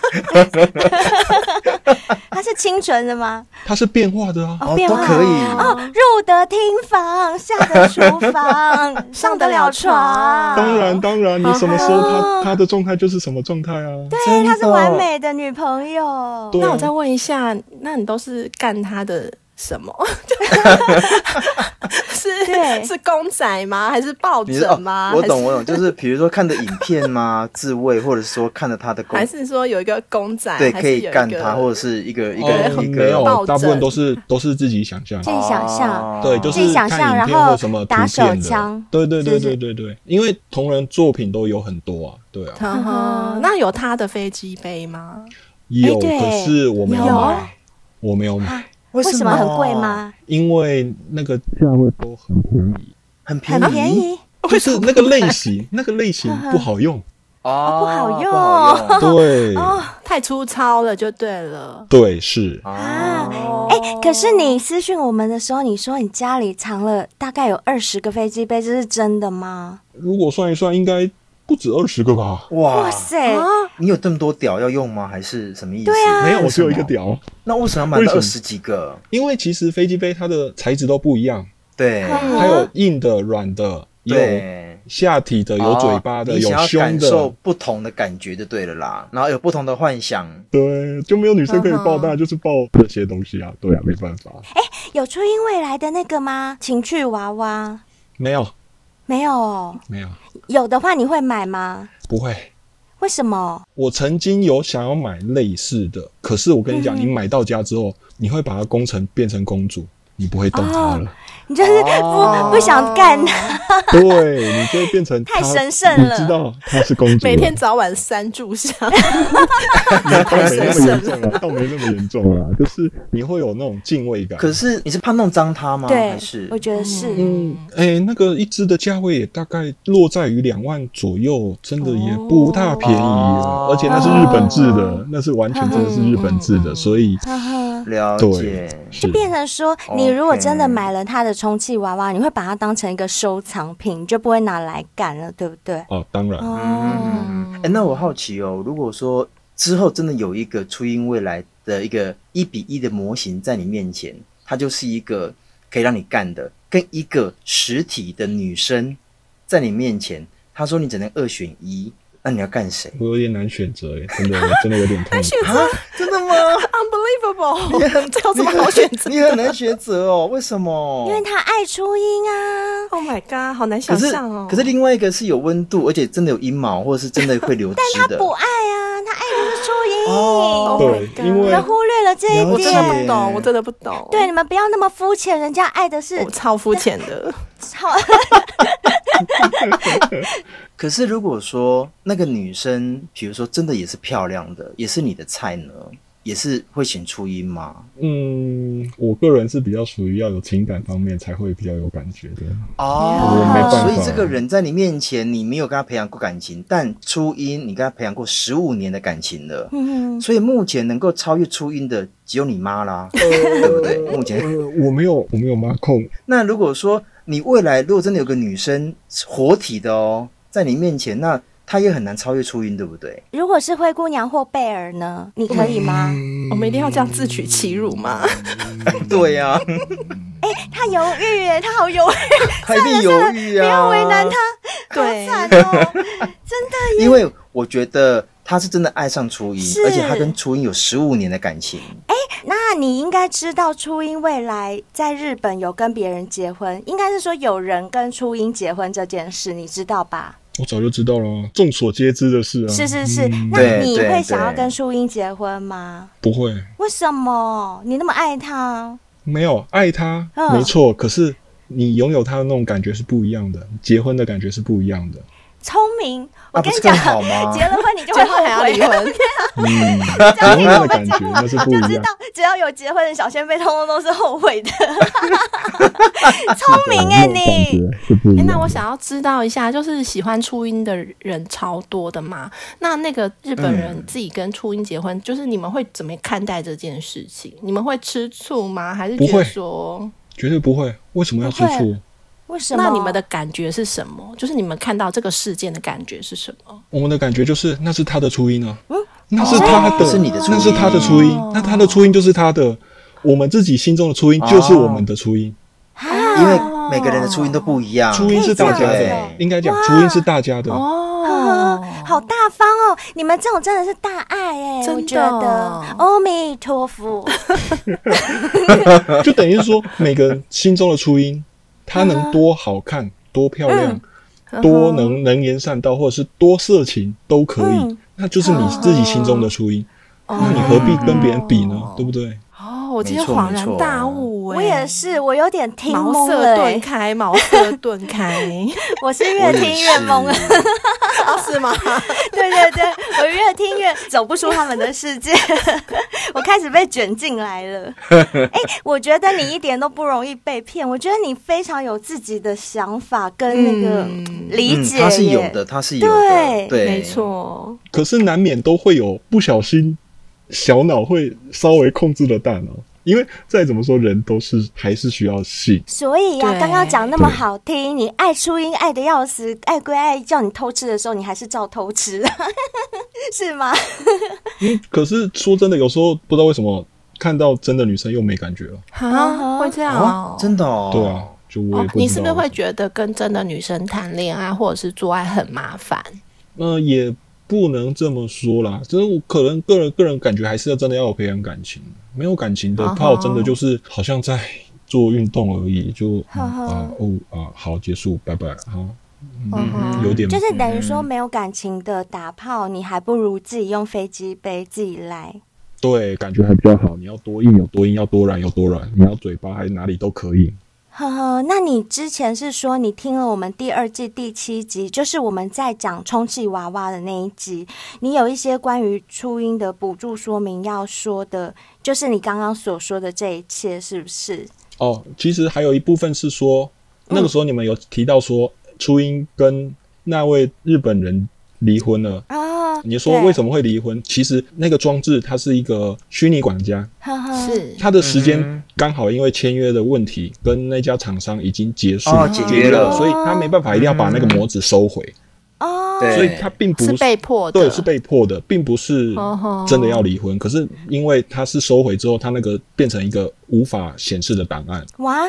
[SPEAKER 4] 他是清纯的吗？
[SPEAKER 6] 它是变化的啊。
[SPEAKER 4] 哦，
[SPEAKER 2] 哦
[SPEAKER 4] 变
[SPEAKER 2] 都
[SPEAKER 4] 化
[SPEAKER 2] 可以
[SPEAKER 4] 哦，入得厅房，下得厨房，上得了床，
[SPEAKER 6] 当然，当然，你什么时候
[SPEAKER 4] 哦
[SPEAKER 6] 它它的状态就是什么状态啊？
[SPEAKER 4] 对，她是
[SPEAKER 2] 真的
[SPEAKER 4] 完美的女朋友。
[SPEAKER 6] 对
[SPEAKER 3] 那
[SPEAKER 6] 啊
[SPEAKER 3] 我再问一下，那你都是干他的什么？就是 是
[SPEAKER 4] 对
[SPEAKER 3] 是公仔吗？还是抱
[SPEAKER 2] 你是
[SPEAKER 3] 枕吗
[SPEAKER 2] 哦？，我
[SPEAKER 3] 还
[SPEAKER 2] 懂
[SPEAKER 3] 是
[SPEAKER 2] 我懂，就是比如说看的影片嘛、 自慰，或者说看了他的公
[SPEAKER 3] 还，是说有一个公仔，
[SPEAKER 2] 对，
[SPEAKER 3] 还
[SPEAKER 2] 可
[SPEAKER 3] 是
[SPEAKER 2] 以
[SPEAKER 3] 有一
[SPEAKER 2] 干
[SPEAKER 3] 个
[SPEAKER 2] 他，或者是一个一
[SPEAKER 6] 哦
[SPEAKER 2] 个一
[SPEAKER 6] 没
[SPEAKER 2] 个
[SPEAKER 3] 抱
[SPEAKER 6] 有，大
[SPEAKER 3] 枕
[SPEAKER 6] 部分都是都是自己想象
[SPEAKER 4] 自。己想象。
[SPEAKER 2] 哦
[SPEAKER 6] 对，就
[SPEAKER 4] 自
[SPEAKER 6] 是
[SPEAKER 4] 己想象
[SPEAKER 6] 看影
[SPEAKER 4] 然
[SPEAKER 6] 片
[SPEAKER 4] 后
[SPEAKER 6] 或什么图
[SPEAKER 4] 打手
[SPEAKER 6] 片的
[SPEAKER 4] 枪，
[SPEAKER 6] 对对
[SPEAKER 4] 是
[SPEAKER 6] 对
[SPEAKER 4] 不是
[SPEAKER 6] 对对对，因为同人作品都有很多啊，对啊，
[SPEAKER 4] 嗯
[SPEAKER 3] 呵呵嗯那有他的飞机杯吗？
[SPEAKER 6] 有，
[SPEAKER 4] 哎对
[SPEAKER 6] 可是我没有
[SPEAKER 4] 有
[SPEAKER 6] 买，我没有买，
[SPEAKER 2] 为
[SPEAKER 4] 为什么很贵？吗？
[SPEAKER 6] 因为那个价位都很便宜，
[SPEAKER 2] 很便
[SPEAKER 4] 很
[SPEAKER 2] 宜，
[SPEAKER 4] 便宜，
[SPEAKER 6] 就是那个类型，那个类型不 好用，
[SPEAKER 2] 哦，
[SPEAKER 4] 不好用
[SPEAKER 2] 不好
[SPEAKER 4] 哦
[SPEAKER 2] 用
[SPEAKER 6] 对
[SPEAKER 3] 太粗糙了就对了。
[SPEAKER 6] 对是，
[SPEAKER 2] 啊。
[SPEAKER 3] 哦，
[SPEAKER 4] 哎、可是你私讯我们的时候，你说你家里藏了大概有二十个飞机杯，这是真的吗？
[SPEAKER 6] 如果算一算，应该不止二十个吧？
[SPEAKER 2] 哇
[SPEAKER 4] 哇，塞，
[SPEAKER 3] 哦
[SPEAKER 2] 你有这么多屌要用吗？还是什么意思？
[SPEAKER 4] 对啊
[SPEAKER 6] 没有，我只有一个。屌，
[SPEAKER 2] 那为什么要买
[SPEAKER 6] 为
[SPEAKER 2] 到
[SPEAKER 6] 什么
[SPEAKER 2] 二十几个？
[SPEAKER 6] 因为其实飞机杯它的材质都不一样，
[SPEAKER 2] 对
[SPEAKER 4] 嗯
[SPEAKER 6] 它有硬的、软的，也
[SPEAKER 2] 对，
[SPEAKER 6] 有下体的，有嘴巴的，
[SPEAKER 2] 哦你
[SPEAKER 6] 有
[SPEAKER 2] 想要
[SPEAKER 6] 胸
[SPEAKER 2] 感受
[SPEAKER 6] 的，
[SPEAKER 2] 不同的感觉就对了啦，然后有不同的幻想。
[SPEAKER 6] 对，就没有女生可以
[SPEAKER 3] 嗯
[SPEAKER 6] 抱，
[SPEAKER 3] 哼哎
[SPEAKER 6] 当然就是抱这些东西啊，对啊，没办法，
[SPEAKER 4] 有初音未来的那个吗？情趣娃娃
[SPEAKER 6] 没有
[SPEAKER 4] 没有哦，
[SPEAKER 6] 没有，
[SPEAKER 4] 有的话你会买吗？
[SPEAKER 6] 不会。
[SPEAKER 4] 为什么？
[SPEAKER 6] 我曾经有想要买类似的，可是我跟你讲，
[SPEAKER 4] 嗯
[SPEAKER 6] 你买到家之后，你会把它工成变成公主，你不会动它了。
[SPEAKER 4] 你就是不、
[SPEAKER 2] 哦
[SPEAKER 4] 不想干它，
[SPEAKER 6] 对，你就会变 成
[SPEAKER 4] 太
[SPEAKER 6] 她
[SPEAKER 4] 神圣了
[SPEAKER 6] 你知道她是公主了，
[SPEAKER 3] 每天早晚三炷 香，
[SPEAKER 6] 倒
[SPEAKER 3] 太
[SPEAKER 6] 没
[SPEAKER 3] 神
[SPEAKER 6] 那么严
[SPEAKER 3] 圣了。
[SPEAKER 6] 重了， 倒没那么严重了，就是你会有那种敬畏感。
[SPEAKER 2] 可是你是怕弄脏它吗？
[SPEAKER 4] 对
[SPEAKER 2] 哦还是，
[SPEAKER 4] 我觉得是。
[SPEAKER 6] 嗯，哎、那个一只的价位也大概落在于两万左右，真的也不大便宜了，
[SPEAKER 2] 哦
[SPEAKER 6] 而且那是日本制的，
[SPEAKER 2] 哦
[SPEAKER 6] 那是完全真的是日本制的，
[SPEAKER 3] 嗯
[SPEAKER 6] 所以
[SPEAKER 4] 呵呵
[SPEAKER 2] 了
[SPEAKER 6] 对
[SPEAKER 2] 解。，
[SPEAKER 6] 是
[SPEAKER 4] 变成说，你如果真
[SPEAKER 2] 嗯
[SPEAKER 4] 的
[SPEAKER 2] OK
[SPEAKER 4] 买了它的充气娃娃，你会把它当成一个收藏品，你就不会拿来干了，对不对？
[SPEAKER 6] 哦，当
[SPEAKER 2] 嗯
[SPEAKER 6] 然。
[SPEAKER 4] 哦，
[SPEAKER 2] 哎、那我好奇哦，如果说之后真的有一个初音未来的一个一比一的模型在你面前，它就是一个可以让你干的，跟一个实体的女生在你面前，她说你只能二选一，那你要干谁？
[SPEAKER 6] 我有点难选择耶，真的真的有点痛苦。
[SPEAKER 2] 啊
[SPEAKER 4] 啊
[SPEAKER 2] 真 的吗？
[SPEAKER 3] 哎 Unbelievable，这有什么好选 择
[SPEAKER 2] 你很难抉择哦，为什么？
[SPEAKER 4] 因为他爱初音啊，
[SPEAKER 3] ？Oh my god，好难
[SPEAKER 2] 可
[SPEAKER 3] 想
[SPEAKER 2] 是
[SPEAKER 3] 象哦。
[SPEAKER 2] 可是另外一个是有温度，而且真的有阴毛，或者是真的会 流汁的。
[SPEAKER 4] 不爱啊，他爱的是初音，
[SPEAKER 2] 哦
[SPEAKER 3] Oh my
[SPEAKER 6] 对
[SPEAKER 3] god
[SPEAKER 6] 因
[SPEAKER 4] 你
[SPEAKER 6] 为
[SPEAKER 4] 们忽略了这一
[SPEAKER 2] 了
[SPEAKER 3] 我真的
[SPEAKER 4] 点。
[SPEAKER 2] 解
[SPEAKER 3] 不懂，我真的不懂。
[SPEAKER 4] 对，你们不要那么肤浅，人家爱的是
[SPEAKER 3] 我超肤浅的。
[SPEAKER 4] 超，
[SPEAKER 2] 可是如果说那个女生，比如说真的也是漂亮的，也是你的菜呢，也是会选初音吗？
[SPEAKER 6] 嗯，我个人是比较属于要有情感方面才会比较有感觉的。
[SPEAKER 2] 哦
[SPEAKER 6] 我没办法
[SPEAKER 2] 所以这个人在你面前，你没有跟他培养过感情，但初音你跟他培养过十五年的感情了。
[SPEAKER 4] 嗯，
[SPEAKER 2] 所以目前能够超越初音的只有你妈啦，对不对？目前，
[SPEAKER 6] 呃，我没有，我没有妈控，
[SPEAKER 2] 那如果说你未来如果真的有个女生是活体的哦，在你面前，那她也很难超越初音，对不对？
[SPEAKER 4] 如果是灰姑娘或贝尔呢，你可以吗？
[SPEAKER 2] 嗯
[SPEAKER 3] 我们一定要这样自取其辱吗？
[SPEAKER 2] 对呀、
[SPEAKER 4] 他犹豫耶，他好犹豫，
[SPEAKER 2] 她一定犹豫啊，
[SPEAKER 4] 不要为难他，
[SPEAKER 3] 对，
[SPEAKER 4] 惨哦， 真的
[SPEAKER 2] 因为我觉得他是真的爱上初音
[SPEAKER 4] 是，
[SPEAKER 2] 而且他跟初音有十五年的感情。
[SPEAKER 4] 那你应该知道初音未来在日本有跟别人结婚，应该是说有人跟初音结婚这件事，你知道吧？
[SPEAKER 6] 我早就知道了啊，众所皆知的事啊。
[SPEAKER 4] 是是是，
[SPEAKER 6] 嗯
[SPEAKER 4] 那
[SPEAKER 2] 对
[SPEAKER 4] 你
[SPEAKER 2] 对
[SPEAKER 4] 会想要
[SPEAKER 2] 对
[SPEAKER 4] 跟初音结婚吗？
[SPEAKER 6] 不会，
[SPEAKER 4] 为什么你那么爱他？
[SPEAKER 6] 没有爱他，
[SPEAKER 4] 嗯
[SPEAKER 6] 没错。可是你拥有他的那种感觉是不一样的，结婚的感觉是不 一样的。
[SPEAKER 4] 聪明，我
[SPEAKER 2] 啊
[SPEAKER 4] 跟
[SPEAKER 2] 不
[SPEAKER 4] 你
[SPEAKER 2] 是
[SPEAKER 4] 讲，
[SPEAKER 2] 更好吗
[SPEAKER 4] 结了婚你就
[SPEAKER 3] 结
[SPEAKER 4] 会
[SPEAKER 3] 婚
[SPEAKER 4] 后
[SPEAKER 3] 还要
[SPEAKER 4] 悔
[SPEAKER 3] 离。婚，
[SPEAKER 6] 嗯，
[SPEAKER 4] 这样
[SPEAKER 6] 结
[SPEAKER 4] 听
[SPEAKER 6] 婚
[SPEAKER 4] 我们
[SPEAKER 6] 的感
[SPEAKER 4] 节
[SPEAKER 6] 觉
[SPEAKER 4] 目，
[SPEAKER 6] 那是
[SPEAKER 4] 我
[SPEAKER 6] 不
[SPEAKER 4] 就
[SPEAKER 6] 一
[SPEAKER 4] 知
[SPEAKER 6] 样
[SPEAKER 4] 道。，只要有结婚的小仙贝，通通都是后悔 的。聪明哎、
[SPEAKER 6] 那种
[SPEAKER 4] 你
[SPEAKER 6] 感觉是不一
[SPEAKER 3] 哎、
[SPEAKER 6] 样的。
[SPEAKER 3] 那我想要知道一下，就是喜欢初音的人超多的嘛？那那个日本人自己跟初音结婚，就是你们会怎么看待这件事情？你们会吃醋吗？还是觉
[SPEAKER 6] 不
[SPEAKER 3] 得
[SPEAKER 6] 会
[SPEAKER 3] 说，
[SPEAKER 6] 绝对不会，为什么要吃
[SPEAKER 4] 不会
[SPEAKER 6] 醋？
[SPEAKER 4] 为什么？
[SPEAKER 3] 那你们的感觉是什么？就是你们看到这个事件的感觉是什么？
[SPEAKER 6] 我们的感觉就是那是他的初音啊，
[SPEAKER 4] 嗯
[SPEAKER 6] 那是他的，
[SPEAKER 2] 哦是你的初音
[SPEAKER 6] 那是他的初音，
[SPEAKER 4] 哦
[SPEAKER 6] 那他的初音就是他的，我们自己心中的初音就是
[SPEAKER 2] 啊
[SPEAKER 6] 我们的初音，
[SPEAKER 4] 啊
[SPEAKER 2] 因为每个人的初音都不一样，
[SPEAKER 6] 初音是大家
[SPEAKER 2] 可以这
[SPEAKER 6] 的
[SPEAKER 2] 样子哦，
[SPEAKER 6] 应该讲初音是大家的，
[SPEAKER 3] 哦，
[SPEAKER 4] 好大方哦！你们这种真的是大爱哎、
[SPEAKER 3] 真
[SPEAKER 4] 我
[SPEAKER 3] 的
[SPEAKER 4] 觉得阿弥 陀佛，
[SPEAKER 6] 就等于是说每个人心中的初音它
[SPEAKER 3] 嗯
[SPEAKER 6] 能多好看、多漂亮、多能能言善道，或者是多色情都可以，
[SPEAKER 4] 嗯
[SPEAKER 6] 那就是你自己心中的初音。那你何必跟别人比呢？对不对？
[SPEAKER 3] 哦，我今天
[SPEAKER 2] 没错
[SPEAKER 3] 恍
[SPEAKER 2] 没
[SPEAKER 3] 然
[SPEAKER 2] 错
[SPEAKER 3] 大悟、欸，
[SPEAKER 4] 我也是，我有点听
[SPEAKER 3] 茅
[SPEAKER 4] 懵
[SPEAKER 3] 塞
[SPEAKER 4] 了、欸
[SPEAKER 3] 顿，开，茅塞顿开，
[SPEAKER 4] 我是
[SPEAKER 2] 我
[SPEAKER 4] 越
[SPEAKER 2] 也
[SPEAKER 4] 听越
[SPEAKER 2] 是
[SPEAKER 4] 懵了。
[SPEAKER 3] 哦，是吗？
[SPEAKER 4] 对对对，我越听越走不出他们的世 界，我开始被卷进来了。哎、我觉得你一点都不容易被骗，我觉得你非常有自己的想法跟那个
[SPEAKER 3] 嗯
[SPEAKER 4] 理解、耶。
[SPEAKER 2] 嗯，他是有的，他是有
[SPEAKER 4] 对
[SPEAKER 2] 的，对，
[SPEAKER 3] 没，错，
[SPEAKER 6] 可是难免都会有不小心，小脑会稍微控制了大脑，因为再怎么说人都是还是需要性。
[SPEAKER 4] 所以呀、
[SPEAKER 3] 对
[SPEAKER 4] 刚刚讲那么好听，你爱初音爱的要死，爱归爱，叫你偷吃的时候，你还是照偷吃， 是吗？
[SPEAKER 2] 嗯
[SPEAKER 6] 可是说真的，有时候不知道为什么看到真的女生又没感觉了。
[SPEAKER 3] 啊，会这样
[SPEAKER 2] 啊
[SPEAKER 3] 哦，，
[SPEAKER 2] 真的哦，
[SPEAKER 6] 对啊，就我
[SPEAKER 3] 哦
[SPEAKER 6] 也不知道。
[SPEAKER 3] 你是不是会觉得跟真的女生谈恋爱或者是做爱很麻烦？
[SPEAKER 6] 呃，也不能这么说啦，就是我可能个人个人感觉还是要真的要有培养感情，没有感情的
[SPEAKER 4] 哦
[SPEAKER 3] 啊哈
[SPEAKER 6] 泡真的就是好像在做运动而已，就嗯
[SPEAKER 4] 哈
[SPEAKER 6] 啊哦啊好结束，拜拜啊，
[SPEAKER 3] 嗯哼
[SPEAKER 6] 有点
[SPEAKER 4] 就是等于说没有感情的打炮，你还不如自己用飞机杯自己来。
[SPEAKER 6] 对，感觉还比较好。你要多硬有多硬，要多软有多软，你要嘴巴还是哪里都可以。
[SPEAKER 4] 呵呵，那你之前是说你听了我们第二季第七集，就是我们在讲充气娃娃的那一集，你有一些关于初音的补助说明要说的，就是你刚刚所说的这一切，是不是？
[SPEAKER 6] 哦，其实还有一部分是说，那
[SPEAKER 4] 嗯
[SPEAKER 6] 个时候你们有提到说，初音跟那位日本人离婚了。
[SPEAKER 3] 哦
[SPEAKER 4] 啊，
[SPEAKER 6] 你说为什
[SPEAKER 4] 么？
[SPEAKER 6] 么会离婚？其实那个装置它是一个虚拟管家，
[SPEAKER 4] 呵呵，
[SPEAKER 3] 是
[SPEAKER 6] 它的时间
[SPEAKER 2] 嗯
[SPEAKER 6] 刚好因为签约的问题，跟那家厂商已经结束
[SPEAKER 2] 哦解约了
[SPEAKER 6] 所以他没办法一定要把那个模子收回，
[SPEAKER 4] 哦，
[SPEAKER 2] 对
[SPEAKER 6] 所以他并不
[SPEAKER 3] 嗯是被迫的，
[SPEAKER 6] 对，是被迫的，并不是
[SPEAKER 3] 哦吼
[SPEAKER 6] 真的要离婚。可是因为它是收回之后，它那个变成一个无法显示的档案，
[SPEAKER 4] 哇，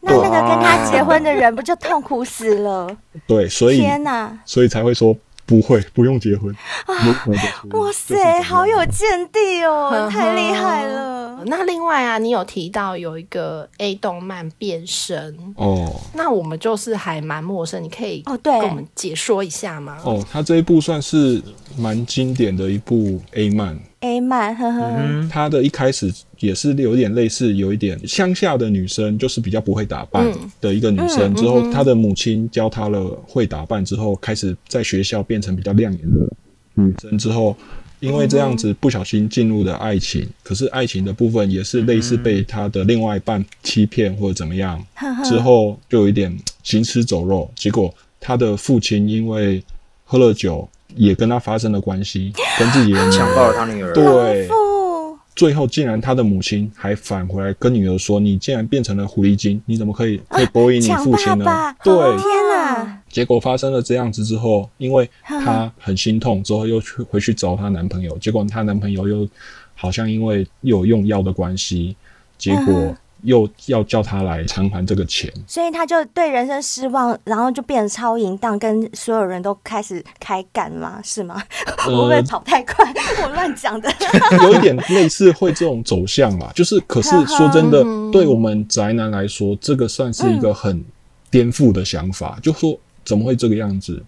[SPEAKER 4] 那那个跟他结婚的人不就痛苦死了？
[SPEAKER 6] 对，所啊以嗯
[SPEAKER 4] 天哪！
[SPEAKER 6] 所以才会说不会，不用结婚。
[SPEAKER 3] 啊
[SPEAKER 4] 哇塞，好有见地哦，
[SPEAKER 3] 呵呵
[SPEAKER 4] 太厉害了！
[SPEAKER 3] 那另外啊，你有提到有一个 A 动漫变身，
[SPEAKER 6] 哦
[SPEAKER 3] 那我们就是还蛮陌生，你可以
[SPEAKER 4] 哦对
[SPEAKER 3] 跟我们解说一下吗？
[SPEAKER 6] 哦，它这一部算是蛮经典的一部 A 漫，
[SPEAKER 4] A 漫，呵呵，
[SPEAKER 2] 嗯，
[SPEAKER 6] 它的一开始也是有点类似，有一点乡下的女生，就是比较不会打扮
[SPEAKER 3] 嗯
[SPEAKER 6] 的一个女生。
[SPEAKER 3] 嗯
[SPEAKER 6] 之后，她的母亲教她了会打扮之后，开始在学校变成比较亮眼的女生。之后，因为这样子不小心进入了爱情，可是爱情的部分也是类似被她的另外一半欺骗或者怎么样，
[SPEAKER 4] 呵呵
[SPEAKER 6] 之后就有一点行尸走肉。结果，她的父亲因为喝了酒，也跟她发生了关系，跟自己的女
[SPEAKER 2] 强
[SPEAKER 6] 儿。
[SPEAKER 2] 暴了他女儿，
[SPEAKER 6] 对，
[SPEAKER 4] 不，
[SPEAKER 6] 最后竟然他的母亲还返回来跟女儿说：“你竟然变成了狐狸精，你怎么可以可以勾引你
[SPEAKER 4] 抢
[SPEAKER 6] 父
[SPEAKER 4] 爸
[SPEAKER 6] 亲呢？”
[SPEAKER 4] 爸，哦
[SPEAKER 6] 对，
[SPEAKER 4] 天哪！
[SPEAKER 6] 结果发生了这样子之后，因为她很心痛，之后又去回去找她男朋友，结果她男朋友又好像因为又有用药的关系，结果又要叫她来偿还这个钱。
[SPEAKER 4] 所以他就对人生失望，然后就变得超淫荡，跟所有人都开始开干嘛？是吗？
[SPEAKER 6] 呃
[SPEAKER 4] 我会不会跑太快？我乱讲 的。
[SPEAKER 6] 有一点类似会这种走向啦， 就是可是说真的，对我们宅男来说，这个算是一个很颠覆的想法，就说怎么会这个样子？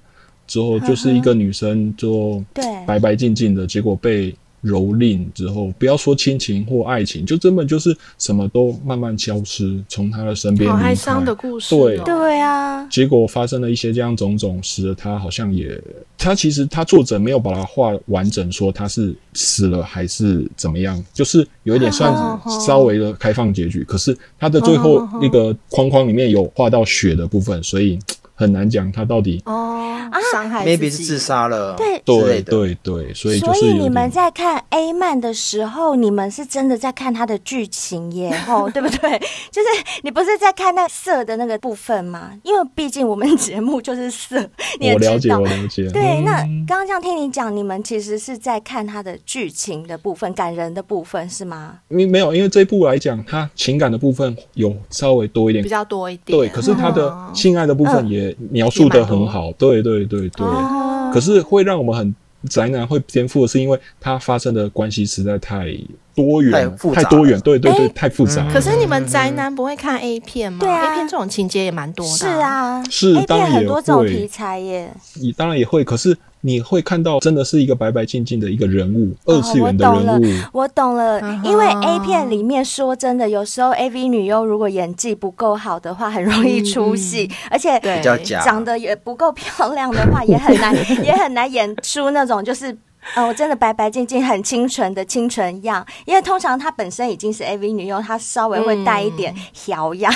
[SPEAKER 6] 之后就是一个女生就
[SPEAKER 4] 对
[SPEAKER 6] 白白净净的，结果被蹂躏之后，不要说亲情或爱情，就根本就是什么都慢慢消失，从她的身边
[SPEAKER 3] 好
[SPEAKER 6] 离开
[SPEAKER 3] 哀哦伤的故事、
[SPEAKER 6] 对
[SPEAKER 3] 哦，
[SPEAKER 4] 哦对啊，
[SPEAKER 6] 结果发生了一些这样种种，使得他好像也，他其实他作者没有把它画完整，说他是死了还是怎么样，就是有一点算
[SPEAKER 3] 哦哦
[SPEAKER 6] 稍微的开放结局。可是他的最后一个框框里面有画到血的部分，所以嘖很难讲他到底。
[SPEAKER 3] 哦，
[SPEAKER 4] 啊
[SPEAKER 3] 伤害自己
[SPEAKER 2] ，maybe 是自杀了，
[SPEAKER 4] 对
[SPEAKER 2] 之
[SPEAKER 6] 对
[SPEAKER 2] 类的，
[SPEAKER 6] 对对，所以就
[SPEAKER 4] 所
[SPEAKER 6] 是
[SPEAKER 4] 以
[SPEAKER 6] 有
[SPEAKER 4] 你们
[SPEAKER 6] 点。
[SPEAKER 4] 在看 A 漫的时候，你们是真的在看它的剧情 耶，吼，对不对？就是你不是在看那色的那个部分吗？因为毕竟我们节目就是色，你也
[SPEAKER 6] 我了
[SPEAKER 4] 知
[SPEAKER 6] 解，
[SPEAKER 4] 道
[SPEAKER 6] 我。了解。
[SPEAKER 4] 对，
[SPEAKER 6] 嗯
[SPEAKER 4] 那刚刚这样听你讲，你们其实是在看它的剧情的部分、感人的部分，是吗？
[SPEAKER 6] 因为没有，因为这一部来讲，它情感的部分有稍微多一点
[SPEAKER 3] 比，较啊多一点。嗯
[SPEAKER 6] 对，可是它的性爱的部分也描述的很好，对对对对。
[SPEAKER 3] 哦
[SPEAKER 6] 可是会让我们很宅男会颠覆，是因为它发生的关系实在太多元
[SPEAKER 2] 太复、杂
[SPEAKER 6] 太多元，对对对，
[SPEAKER 3] 哎
[SPEAKER 6] 太复杂了。
[SPEAKER 3] 可是你们宅男不会看 A 片吗、
[SPEAKER 4] 对啊
[SPEAKER 3] a 片这种情节也蛮多的、
[SPEAKER 4] 是，啊，
[SPEAKER 6] 是
[SPEAKER 4] A
[SPEAKER 6] 当
[SPEAKER 4] 片
[SPEAKER 6] 然
[SPEAKER 4] 很
[SPEAKER 6] 也
[SPEAKER 4] 多这种
[SPEAKER 6] 会
[SPEAKER 4] 题材耶，
[SPEAKER 6] 你当然也会，可是你会看到真的是一个白白净净的一个人物，
[SPEAKER 4] 哦
[SPEAKER 6] 二次元的
[SPEAKER 4] 我懂了
[SPEAKER 6] 人物。
[SPEAKER 4] 我懂了
[SPEAKER 3] 啊哈，
[SPEAKER 4] 因为 A 片里面说真的，有时候 AV 女优如果演技不够好的话，很容易出戏，而且
[SPEAKER 3] 嗯对
[SPEAKER 2] 比较假，
[SPEAKER 4] 长得也不够漂亮的 话，也很难也很难演出那种就是。呃，我真的白白净净、很清纯的清纯样，因为通常她本身已经是 AV 女优，她稍微会带一点
[SPEAKER 3] 嗯
[SPEAKER 4] 调样，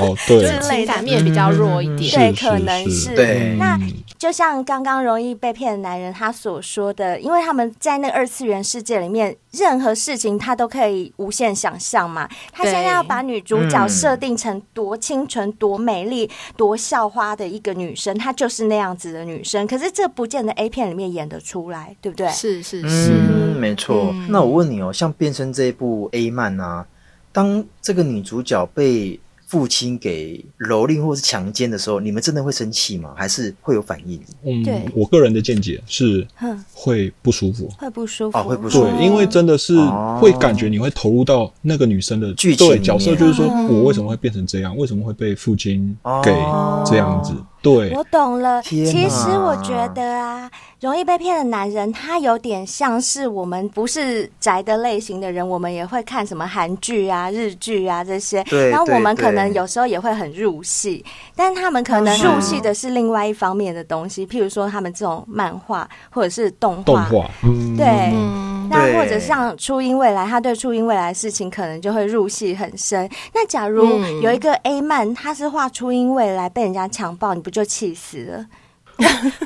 [SPEAKER 6] 哦， 对，
[SPEAKER 3] 就是情感面比较弱一点。
[SPEAKER 4] 对，
[SPEAKER 6] 是
[SPEAKER 4] 可能
[SPEAKER 6] 是
[SPEAKER 4] 是。
[SPEAKER 2] 对
[SPEAKER 4] 那
[SPEAKER 6] 嗯
[SPEAKER 4] 就像刚刚容易被骗的男人他所说的，因为他们在那个二次元世界里面，任何事情他都可以无限想象嘛。他现在要把女主角
[SPEAKER 2] 嗯
[SPEAKER 4] 设定成多清纯、多美丽、多校花的一个女生，她就是那样子的女生。可是这不见得 A 片里面演得出来，对不对？
[SPEAKER 3] 是是是，
[SPEAKER 2] 嗯，没错。
[SPEAKER 3] 嗯
[SPEAKER 2] 那我问你哦，像《变身》这一部 A 漫啊，当这个女主角被父亲给蹂躏或是强奸的时候，你们真的会生气吗？还是会有反应？
[SPEAKER 4] 对
[SPEAKER 6] 嗯，我个人的见解是
[SPEAKER 4] 哼，
[SPEAKER 6] 会不舒服。
[SPEAKER 4] 会不舒服，
[SPEAKER 2] 哦会不舒服
[SPEAKER 6] 对，因为真的是
[SPEAKER 2] 哦
[SPEAKER 6] 会感觉你会投入到那个女生的
[SPEAKER 2] 剧情里
[SPEAKER 6] 对
[SPEAKER 2] 面
[SPEAKER 6] 角色，就是说
[SPEAKER 4] 嗯
[SPEAKER 6] 我为什么会变成这样，为什么会被父亲给
[SPEAKER 2] 哦
[SPEAKER 6] 这样子？对，
[SPEAKER 4] 我懂了。
[SPEAKER 2] 天
[SPEAKER 4] 其实
[SPEAKER 2] 哪
[SPEAKER 4] 我觉得啊，容易被骗的男人，他有点像是我们不是宅的类型的人，我们也会看什么韩剧啊、日剧啊这些。
[SPEAKER 2] 对
[SPEAKER 4] 然后我们
[SPEAKER 2] 对
[SPEAKER 4] 可能
[SPEAKER 2] 对
[SPEAKER 4] 有时候也会很入戏，但他们可能
[SPEAKER 3] 是
[SPEAKER 4] 入戏的是另外一方面的东西，譬如说他们这种漫画或者是动
[SPEAKER 6] 动
[SPEAKER 4] 画。
[SPEAKER 6] 画，嗯，
[SPEAKER 4] 对
[SPEAKER 3] 嗯，
[SPEAKER 4] 那
[SPEAKER 2] 对
[SPEAKER 4] 或者像初音未来，他对初音未来的事情可能就会入戏很深。那假如
[SPEAKER 3] 嗯
[SPEAKER 4] 有一个 A 漫，他是画初音未来被人家强暴，你不就气死 了？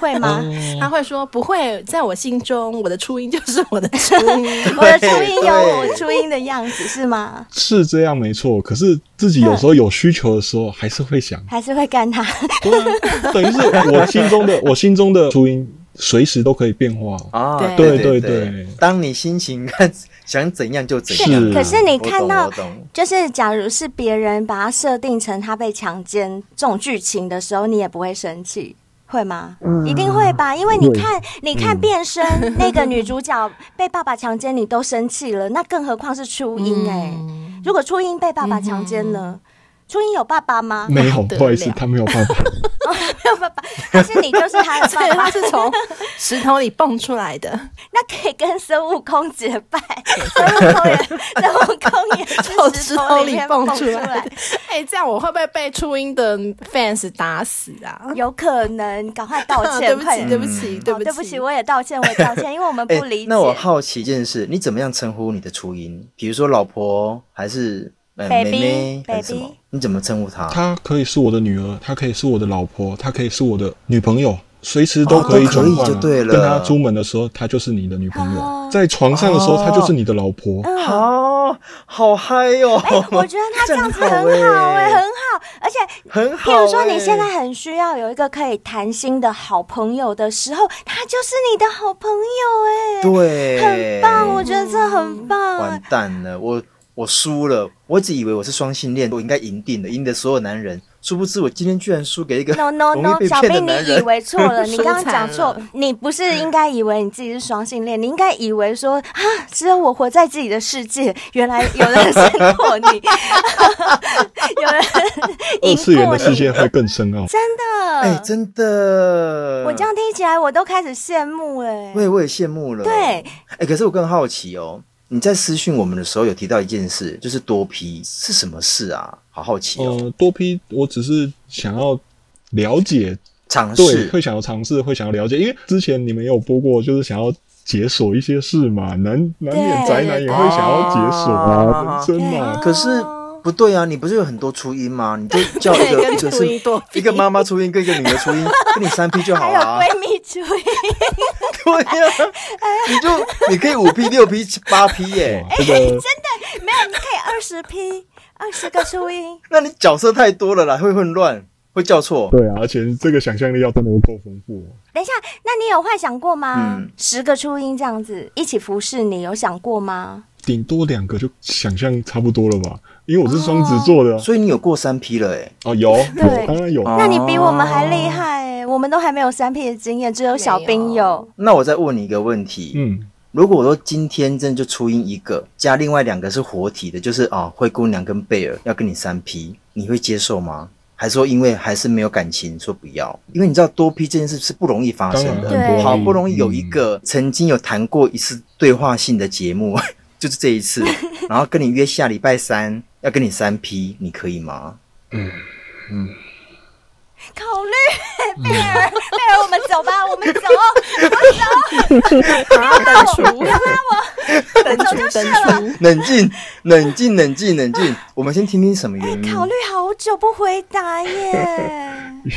[SPEAKER 4] 会吗？
[SPEAKER 6] 哦
[SPEAKER 3] 他会说不会，在我心中，我的初音就是我的初音。
[SPEAKER 4] 我的初音有我
[SPEAKER 2] 对
[SPEAKER 4] 初音的样子是吗？
[SPEAKER 6] 是这样没错，可是自己有时候有需求的时候，还是会想，
[SPEAKER 4] 还是会干他？
[SPEAKER 6] 对啊，等于是我心中的我心中的初音随时都可以变化。
[SPEAKER 2] 啊，
[SPEAKER 3] 对
[SPEAKER 2] 对
[SPEAKER 6] 对对
[SPEAKER 2] 当你心情 看想怎样就怎样。
[SPEAKER 6] 是
[SPEAKER 4] 可是你
[SPEAKER 2] 我懂
[SPEAKER 4] 看到
[SPEAKER 2] 我懂
[SPEAKER 4] 就是假如是别人把他设定成他被强奸这种剧情的时候，你也不会生气。会吗？
[SPEAKER 3] 嗯
[SPEAKER 4] 一定会吧，因为你
[SPEAKER 6] 会
[SPEAKER 4] 看，你看变身、那个女主角被爸爸强奸，你都生气 了，那更何况是初音哎、
[SPEAKER 3] 嗯
[SPEAKER 4] 如果初音被爸爸强奸呢？初音有爸爸吗？
[SPEAKER 6] 没有，
[SPEAKER 3] 不得
[SPEAKER 6] 不好意思
[SPEAKER 3] 了，
[SPEAKER 6] 他没有办法。
[SPEAKER 4] 没有爸爸，还是你就是他的
[SPEAKER 3] 对，
[SPEAKER 4] 爸爸？
[SPEAKER 3] 他是从石头里蹦出来 的，
[SPEAKER 4] 那可以跟孙悟空结拜，孙悟空也，孙悟空也
[SPEAKER 3] 从
[SPEAKER 4] 是
[SPEAKER 3] 石
[SPEAKER 4] 石头
[SPEAKER 3] 头
[SPEAKER 4] 里
[SPEAKER 3] 里
[SPEAKER 4] 面
[SPEAKER 3] 蹦
[SPEAKER 4] 蹦出
[SPEAKER 3] 出来
[SPEAKER 4] 来
[SPEAKER 3] 的。哎、这样我会不会被初音的 fans 打死啊？
[SPEAKER 4] 有可能，赶快 道歉，
[SPEAKER 3] 对不
[SPEAKER 4] 快
[SPEAKER 3] 起，
[SPEAKER 4] 点
[SPEAKER 3] 对不起，对
[SPEAKER 4] 哦
[SPEAKER 3] 不起，
[SPEAKER 4] 对不起，我也道歉，我也 道歉，因为我们
[SPEAKER 2] 哎
[SPEAKER 4] 不理解。
[SPEAKER 2] 那我好奇一件事，你怎么样称呼你的初音？比如说老婆，还是呃
[SPEAKER 4] Baby，
[SPEAKER 2] 妹妹，还是什么
[SPEAKER 4] baby？
[SPEAKER 2] 你怎么称呼她？
[SPEAKER 6] 她可以是我的女儿，她可以是我的老婆，她可以是我的女朋友，随时都可以转
[SPEAKER 2] 哦都
[SPEAKER 6] 换、
[SPEAKER 2] 可以
[SPEAKER 6] 啊。
[SPEAKER 2] 就对了
[SPEAKER 6] 跟她出门的时候，她就是你的女朋友；
[SPEAKER 4] 哦
[SPEAKER 6] 在床上的时候，
[SPEAKER 2] 哦嗯
[SPEAKER 6] 她就是你的老婆。
[SPEAKER 2] 好好嗨哦！
[SPEAKER 4] 哎，我觉得他这样子很
[SPEAKER 2] 这样
[SPEAKER 4] 好
[SPEAKER 2] 好
[SPEAKER 4] 哎，
[SPEAKER 2] 哎
[SPEAKER 4] 很好，而且。
[SPEAKER 2] 很好、
[SPEAKER 4] 譬
[SPEAKER 2] 欸。
[SPEAKER 4] 如说，你现在很需要有一个可以谈心的好朋友的时候，他就是你的好朋友哎、
[SPEAKER 2] 对，
[SPEAKER 4] 很棒，我觉得这很棒。
[SPEAKER 2] 完蛋了，我我输了，我一直以为我是双性恋，我应该赢定了，赢得所有男人，殊不知我今天居然输给一个
[SPEAKER 4] No no
[SPEAKER 2] 容易
[SPEAKER 4] no，
[SPEAKER 2] 被
[SPEAKER 4] 小
[SPEAKER 2] 骗的
[SPEAKER 4] 兵，你
[SPEAKER 2] 男
[SPEAKER 4] 以
[SPEAKER 2] 人。
[SPEAKER 4] 为 错了，你刚刚讲
[SPEAKER 3] 输惨
[SPEAKER 4] 错
[SPEAKER 3] 了，
[SPEAKER 4] 你不是应该以为你自己是双性恋，你应该以为说啊，只有我活在自己的世界，原来有人胜过你， 有人
[SPEAKER 6] 二次
[SPEAKER 4] 赢
[SPEAKER 6] 元
[SPEAKER 4] 过
[SPEAKER 6] 的世
[SPEAKER 4] 你，
[SPEAKER 6] 界会更深奥。
[SPEAKER 4] 真的，
[SPEAKER 2] 哎、真的，
[SPEAKER 4] 我这样听起来我都开始羡慕哎、
[SPEAKER 2] 我也我也羡慕了。
[SPEAKER 4] 对，
[SPEAKER 2] 哎、可是我更好奇哦，你在私讯我们的时候有提到一件事，就是多批是什么事啊？好好奇哦，
[SPEAKER 6] 呃，多批，我只是想要了解，
[SPEAKER 2] 尝
[SPEAKER 6] 对，
[SPEAKER 2] 试
[SPEAKER 6] 会想要尝试，会想要了解，因为之前你们也有播过，就是想要。解锁一些事嘛，难难免
[SPEAKER 4] 对
[SPEAKER 6] 宅男也会想要解锁啊，
[SPEAKER 2] 对哦
[SPEAKER 6] 人生嘛，
[SPEAKER 2] 可是不对啊，你不是有很多初音吗？你就叫一
[SPEAKER 3] 哦对
[SPEAKER 2] 个
[SPEAKER 3] 跟
[SPEAKER 2] 一个
[SPEAKER 3] 初音
[SPEAKER 2] 是
[SPEAKER 3] 多 P
[SPEAKER 2] 一个妈妈初音跟一个女儿初音， 跟你三 P 就好
[SPEAKER 4] 还
[SPEAKER 2] 了、
[SPEAKER 4] 有
[SPEAKER 2] 啊。
[SPEAKER 4] 闺蜜主义，
[SPEAKER 2] 对呀、
[SPEAKER 3] 哎
[SPEAKER 2] 你就你可以五 P 六 P 八 P 耶，
[SPEAKER 6] 这个
[SPEAKER 4] 没有，你可以二十 P，二十个初音。
[SPEAKER 2] 那你角色太多了啦，会混乱，会叫错。
[SPEAKER 6] 对啊，而且这个想象力要真的够丰富哦。
[SPEAKER 4] 等一下，那你有幻想过吗
[SPEAKER 2] 嗯？
[SPEAKER 4] 十个初音这样子一起服侍你，有想过吗？
[SPEAKER 6] 顶多两个就想象差不多了吧？因为我是双子座的啊，
[SPEAKER 2] 所以你有过三 P 了哎、
[SPEAKER 6] 哦有有
[SPEAKER 4] 对
[SPEAKER 6] 当然有，
[SPEAKER 2] 哦
[SPEAKER 4] 那你比我们还厉害哎、对我们都还没有三 P 的经验，只有小兵有。
[SPEAKER 2] 那我再问你一个问题，
[SPEAKER 6] 嗯，
[SPEAKER 2] 如果我说今天真的就初音一个，加另外两个是活体的，就是啊、灰姑娘跟贝尔要跟你三 P，你会接受吗？还是说因为还是没有感情，说不要？因为你知道多 P 这件事是不容易发生
[SPEAKER 6] 当然
[SPEAKER 4] 很
[SPEAKER 2] 的，
[SPEAKER 4] 对
[SPEAKER 2] 好不容易有一个曾经有谈过一次对话性的节目， 就是这一次，然后跟你约下礼拜三要跟你三 P，你可以吗？
[SPEAKER 4] 考虑贝尔，贝尔，我们走吧，我们走，
[SPEAKER 3] 单出，
[SPEAKER 4] 我走就是了。
[SPEAKER 5] 出，
[SPEAKER 2] 冷静，冷静，冷静，冷静，我们先听听什么原 因。
[SPEAKER 4] 考虑好久不回 答耶。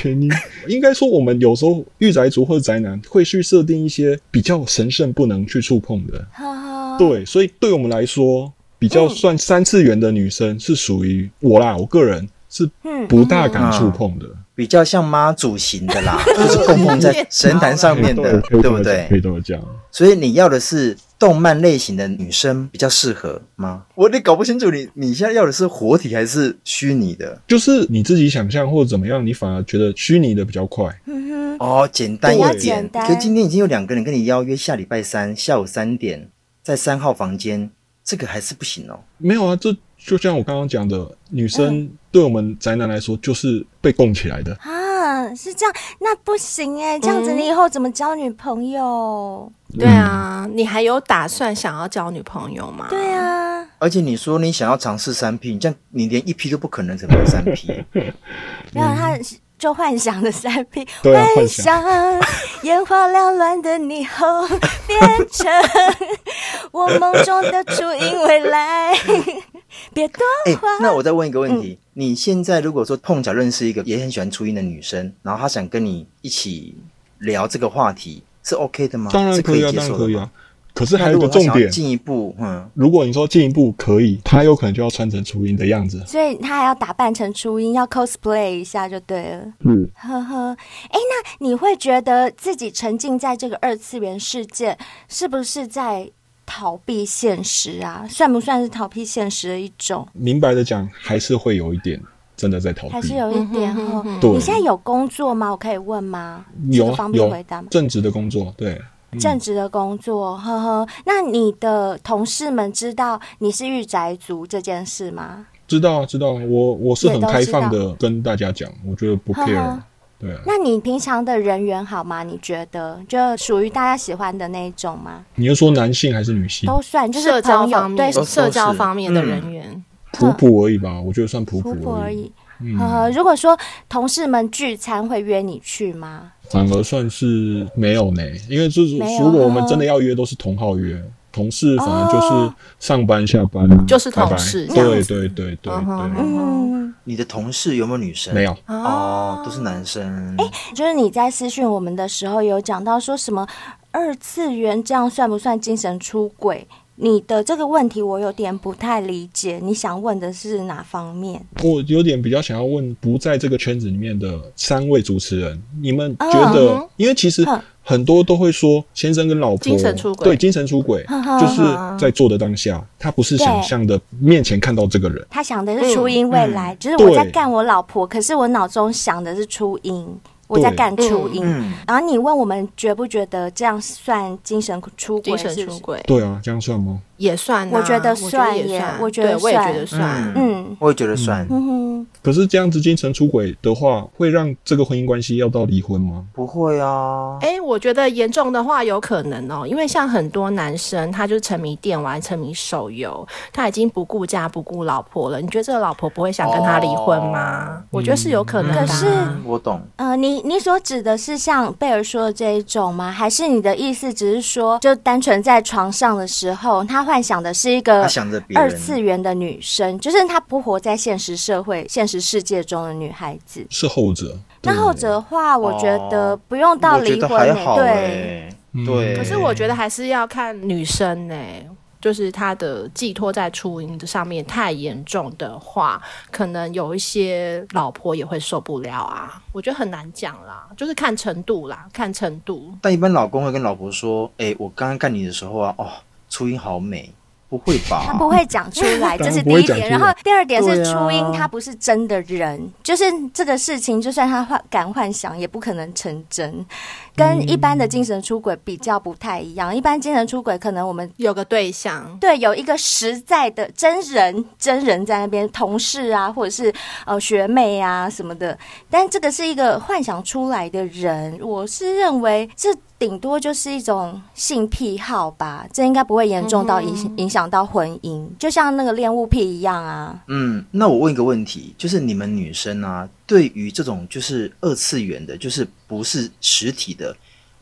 [SPEAKER 6] 原因应该说，我们有时候御宅族或者宅男会去设定一些比较神圣不能去触碰的，
[SPEAKER 4] 哈哈，
[SPEAKER 6] 对，所以对我们来说，比较
[SPEAKER 4] 嗯
[SPEAKER 6] 算三次元的女生是属于我啦，我个人是
[SPEAKER 4] 嗯
[SPEAKER 6] 不大敢触碰的。
[SPEAKER 2] 比较像妈祖型的 啦，就是供奉在神坛上啊面的，
[SPEAKER 6] 可
[SPEAKER 2] 对
[SPEAKER 6] 以这么
[SPEAKER 2] 不
[SPEAKER 6] 讲可
[SPEAKER 2] 对？
[SPEAKER 6] 以这么讲。
[SPEAKER 2] 所以你要的是动漫类型的女生比较适合吗？我得搞不清楚你你现在要的是活体还是虚拟的
[SPEAKER 6] 就是你自己想象或者怎么样，你反而觉得虚拟的比较快。
[SPEAKER 4] 嗯哼，
[SPEAKER 2] 哦，简单一
[SPEAKER 4] 比较
[SPEAKER 2] 点。
[SPEAKER 4] 简单
[SPEAKER 2] 可是今天已经有两个人跟你邀约下礼拜三下午三点在三号房间，这个还是不行哦。
[SPEAKER 6] 没有啊，这就像我刚刚讲的，女
[SPEAKER 4] 嗯
[SPEAKER 6] 生对我们宅男来说就是被供起来的。
[SPEAKER 4] 啊，是这样，那不行哎，这样子你以后怎么交女朋友？
[SPEAKER 3] 对啊，你还有打算想要交女朋友吗？
[SPEAKER 4] 对啊，
[SPEAKER 2] 而且你说你想要尝试三 P，你这样你连一 P 都不可能，怎么三 P？
[SPEAKER 4] 没有他。就幻想的三 P，
[SPEAKER 6] 对啊
[SPEAKER 4] 幻
[SPEAKER 6] 幻
[SPEAKER 4] 想
[SPEAKER 6] 想
[SPEAKER 4] 眼花缭乱的霓虹变成我梦中的初音未来， 别多
[SPEAKER 2] 哎、
[SPEAKER 4] 话。
[SPEAKER 2] 那我再问一个问
[SPEAKER 4] 嗯
[SPEAKER 2] 题：你现在如果说碰巧认识一个也很喜欢初音的女生，然后她想跟你一起聊这个话题，是 OK 的吗？
[SPEAKER 6] 当然
[SPEAKER 2] 是
[SPEAKER 6] 可
[SPEAKER 2] 可
[SPEAKER 6] 以啊，
[SPEAKER 2] 接
[SPEAKER 6] 当然
[SPEAKER 2] 受
[SPEAKER 6] 可
[SPEAKER 2] 的
[SPEAKER 6] 以
[SPEAKER 2] 吗。
[SPEAKER 6] 啊。可是还
[SPEAKER 2] 那
[SPEAKER 6] 有
[SPEAKER 2] 如
[SPEAKER 6] 一个
[SPEAKER 2] 果
[SPEAKER 6] 重
[SPEAKER 2] 她想要
[SPEAKER 6] 点，
[SPEAKER 2] 进一步，嗯，
[SPEAKER 6] 如果你说进一步可以，她有可能就要穿成初音的样子。
[SPEAKER 4] 所以他还要打扮成初音，要 cosplay 一下就对了。
[SPEAKER 6] 嗯，
[SPEAKER 4] 呵呵，哎，那你会觉得自己沉浸在这个二次元世界，是不是在逃避现实啊？算不算是逃避现实的一种？
[SPEAKER 6] 明白的讲，还是会有一点真的在逃
[SPEAKER 4] 还
[SPEAKER 6] 避
[SPEAKER 4] 是。有一点
[SPEAKER 3] 嗯哼
[SPEAKER 4] 哦
[SPEAKER 3] 嗯。哼
[SPEAKER 6] 对
[SPEAKER 4] 你现在有工作吗？我可以问吗？这
[SPEAKER 6] 有
[SPEAKER 4] 个方便
[SPEAKER 6] 有嗯
[SPEAKER 4] 回答吗？
[SPEAKER 6] 正职的工作，对，
[SPEAKER 4] 正职的工作，呵呵。那你的同事们知道你是御宅族这件事吗？
[SPEAKER 6] 知道啊，知道啊。我我是
[SPEAKER 4] 也
[SPEAKER 6] 很
[SPEAKER 4] 都
[SPEAKER 6] 开
[SPEAKER 4] 知道
[SPEAKER 6] 放的跟大家讲，我觉得不
[SPEAKER 4] 呵呵
[SPEAKER 6] care。对啊，
[SPEAKER 4] 那你平常的人缘好吗？你觉得就属于大家喜欢的那一种吗？
[SPEAKER 6] 你是说男性还是女性？
[SPEAKER 4] 都算，就是
[SPEAKER 3] 社交
[SPEAKER 4] 朋友
[SPEAKER 3] 方面，
[SPEAKER 4] 对
[SPEAKER 2] 都
[SPEAKER 3] 社交
[SPEAKER 2] 都是
[SPEAKER 3] 方面的
[SPEAKER 2] 嗯
[SPEAKER 3] 人员，
[SPEAKER 6] 普普而已吧，我觉得算普
[SPEAKER 4] 普普而
[SPEAKER 6] 而已。嗯
[SPEAKER 4] 已。呵呵，如果说同事们聚餐会约你去吗？
[SPEAKER 6] 反而算是没有呢，因为就是
[SPEAKER 4] 没有
[SPEAKER 6] 如果我们真的要约，都是同号约，同事反而
[SPEAKER 4] 哦
[SPEAKER 6] 就是上班下班
[SPEAKER 3] 就是
[SPEAKER 6] 拜拜
[SPEAKER 3] 同事这样
[SPEAKER 6] 对
[SPEAKER 3] 子
[SPEAKER 6] 对对对
[SPEAKER 3] 嗯哼
[SPEAKER 6] 对，
[SPEAKER 4] 嗯，
[SPEAKER 2] 你的同事有没有女生？
[SPEAKER 6] 没有。
[SPEAKER 2] 哦，都是男生。哎、
[SPEAKER 4] 就是你在私讯我们的时候有讲到说什么二次元这样算不算精神出轨？你的这个问题我有点不太理解，你想问的是哪方面？
[SPEAKER 6] 我有点比较想要问，不在这个圈子里面的三位主持人，你们
[SPEAKER 4] 嗯
[SPEAKER 6] 觉
[SPEAKER 3] 嗯
[SPEAKER 6] 得？因为其实
[SPEAKER 4] 嗯
[SPEAKER 6] 很多都会说先生跟老婆
[SPEAKER 3] 精神出轨
[SPEAKER 6] 对精神出轨
[SPEAKER 4] 嗯哼，
[SPEAKER 6] 就是在做的当下，他不是想象的面前看到这个人。
[SPEAKER 4] 他想的是初音未来，就是我在干我老婆，可是我脑中想的是初音，我在干初音。
[SPEAKER 2] 嗯，
[SPEAKER 4] 然后你问我们觉不觉得这样算精神出轨？
[SPEAKER 3] 精神
[SPEAKER 4] 是不
[SPEAKER 3] 出
[SPEAKER 4] 是
[SPEAKER 3] 轨
[SPEAKER 6] 对啊，这样算吗？
[SPEAKER 3] 也算啊，
[SPEAKER 4] 我觉得算
[SPEAKER 3] 也
[SPEAKER 4] 耶
[SPEAKER 3] 算，
[SPEAKER 4] 我觉
[SPEAKER 3] 对
[SPEAKER 4] 得
[SPEAKER 3] 我也
[SPEAKER 4] 算
[SPEAKER 3] 觉得算，
[SPEAKER 4] 嗯
[SPEAKER 2] 我也觉得算，
[SPEAKER 4] 嗯哼，
[SPEAKER 6] 可是这样子精神出轨的话，会让这个婚姻关系要到离婚吗？
[SPEAKER 2] 不会啊。
[SPEAKER 3] 哎、我觉得严重的话有可能哦，因为像很多男生，他就是沉迷电玩、沉迷手游，他已经不顾家、不顾老婆了。你觉得这个老婆不会想跟他离婚吗？我觉得是有可能的、啊。
[SPEAKER 4] 哎可是
[SPEAKER 2] 我懂。
[SPEAKER 4] 呃，你你所指的是像贝尔说的这一种吗？还是你的意思只是说，就单纯在床上的时候，他幻想的是一个
[SPEAKER 2] 他想着别人
[SPEAKER 4] 二次元的女生，就是她不活在现实社会、现实世界中的女孩子？
[SPEAKER 6] 是后者。
[SPEAKER 4] 那
[SPEAKER 6] 对
[SPEAKER 4] 后者的话，我觉得不用到
[SPEAKER 2] 我觉
[SPEAKER 4] 离
[SPEAKER 2] 得
[SPEAKER 4] 婚、
[SPEAKER 2] 还好
[SPEAKER 4] 欸，对，
[SPEAKER 2] 哎、
[SPEAKER 6] 嗯
[SPEAKER 2] 对。
[SPEAKER 3] 可是我觉得还是要看女生呢、就是她的寄托在初音的上面太严重的话，可能有一些老婆也会受不了啊。我觉得很难讲啦，就是看程度啦，看程度。
[SPEAKER 2] 但一般老公会跟老婆说：“哎、我刚刚看你的时候啊，哦，初音好美。”不会吧？
[SPEAKER 4] 他不会讲出来，
[SPEAKER 6] 当
[SPEAKER 4] 这
[SPEAKER 6] 然
[SPEAKER 4] 是
[SPEAKER 6] 不
[SPEAKER 4] 第
[SPEAKER 6] 会
[SPEAKER 4] 一点。
[SPEAKER 6] 讲出
[SPEAKER 4] 然
[SPEAKER 6] 来
[SPEAKER 4] 后第二点是
[SPEAKER 2] 对啊
[SPEAKER 4] 初音，他不是真的人，就是这个事情，就算他幻敢幻想，也不可能成真。跟一般的精神出轨比较不太一样，一般精神出轨可能我们。
[SPEAKER 3] 有个对象，
[SPEAKER 4] 对，有一个实在的真人，真人在那边，同事啊，或者是呃学妹啊什么的，但这个是一个幻想出来的人，我是认为这顶多就是一种性癖好吧，这应该不会严重到影、影响到婚姻，就像那个恋物癖一样啊。
[SPEAKER 2] 嗯，那我问一个问题，就是你们女生啊，对于这种就是二次元的，就是不是实体的，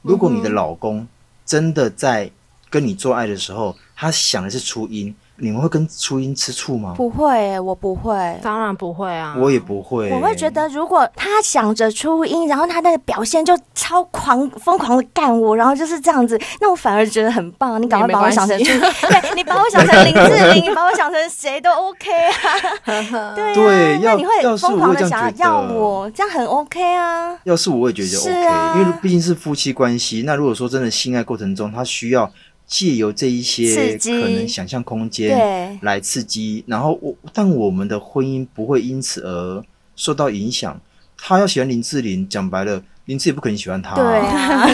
[SPEAKER 2] 如果
[SPEAKER 4] 嗯
[SPEAKER 2] 你的老公真的在跟你做爱的时候，他想的是初音，你们会跟初音吃醋吗？
[SPEAKER 4] 不会、我不会。
[SPEAKER 3] 当然不会啊，
[SPEAKER 2] 我也不会、
[SPEAKER 4] 我会觉得，如果他想着初音，然后他的表现就超狂、疯狂的干我，然后就是这样子，那我反而觉得很棒。你赶快
[SPEAKER 3] 也没
[SPEAKER 4] 把我
[SPEAKER 3] 关
[SPEAKER 4] 想成
[SPEAKER 3] 系
[SPEAKER 4] 初音， 对你把我想成林志玲，你把我想成谁都 OK 啊。 对啊，
[SPEAKER 2] 对
[SPEAKER 4] 那
[SPEAKER 2] 要
[SPEAKER 4] 你
[SPEAKER 2] 要
[SPEAKER 4] 会
[SPEAKER 2] 是我
[SPEAKER 4] 疯狂
[SPEAKER 2] 会
[SPEAKER 4] 的
[SPEAKER 2] 这样
[SPEAKER 4] 想
[SPEAKER 2] 觉得
[SPEAKER 4] 要我，这样很 OK 啊。
[SPEAKER 2] 要是我也觉得 OK，、
[SPEAKER 4] 是啊
[SPEAKER 2] 因为毕竟是夫妻关系。那如果说真的性爱过程中，他需要借由这一
[SPEAKER 4] 刺
[SPEAKER 2] 些
[SPEAKER 4] 激
[SPEAKER 2] 可能想象空
[SPEAKER 4] 对
[SPEAKER 2] 间来刺激，然后我但我们的婚姻不会因此而受到影响。他要喜欢林志玲，讲白了，林志玲不可能喜欢他、
[SPEAKER 4] 对啊，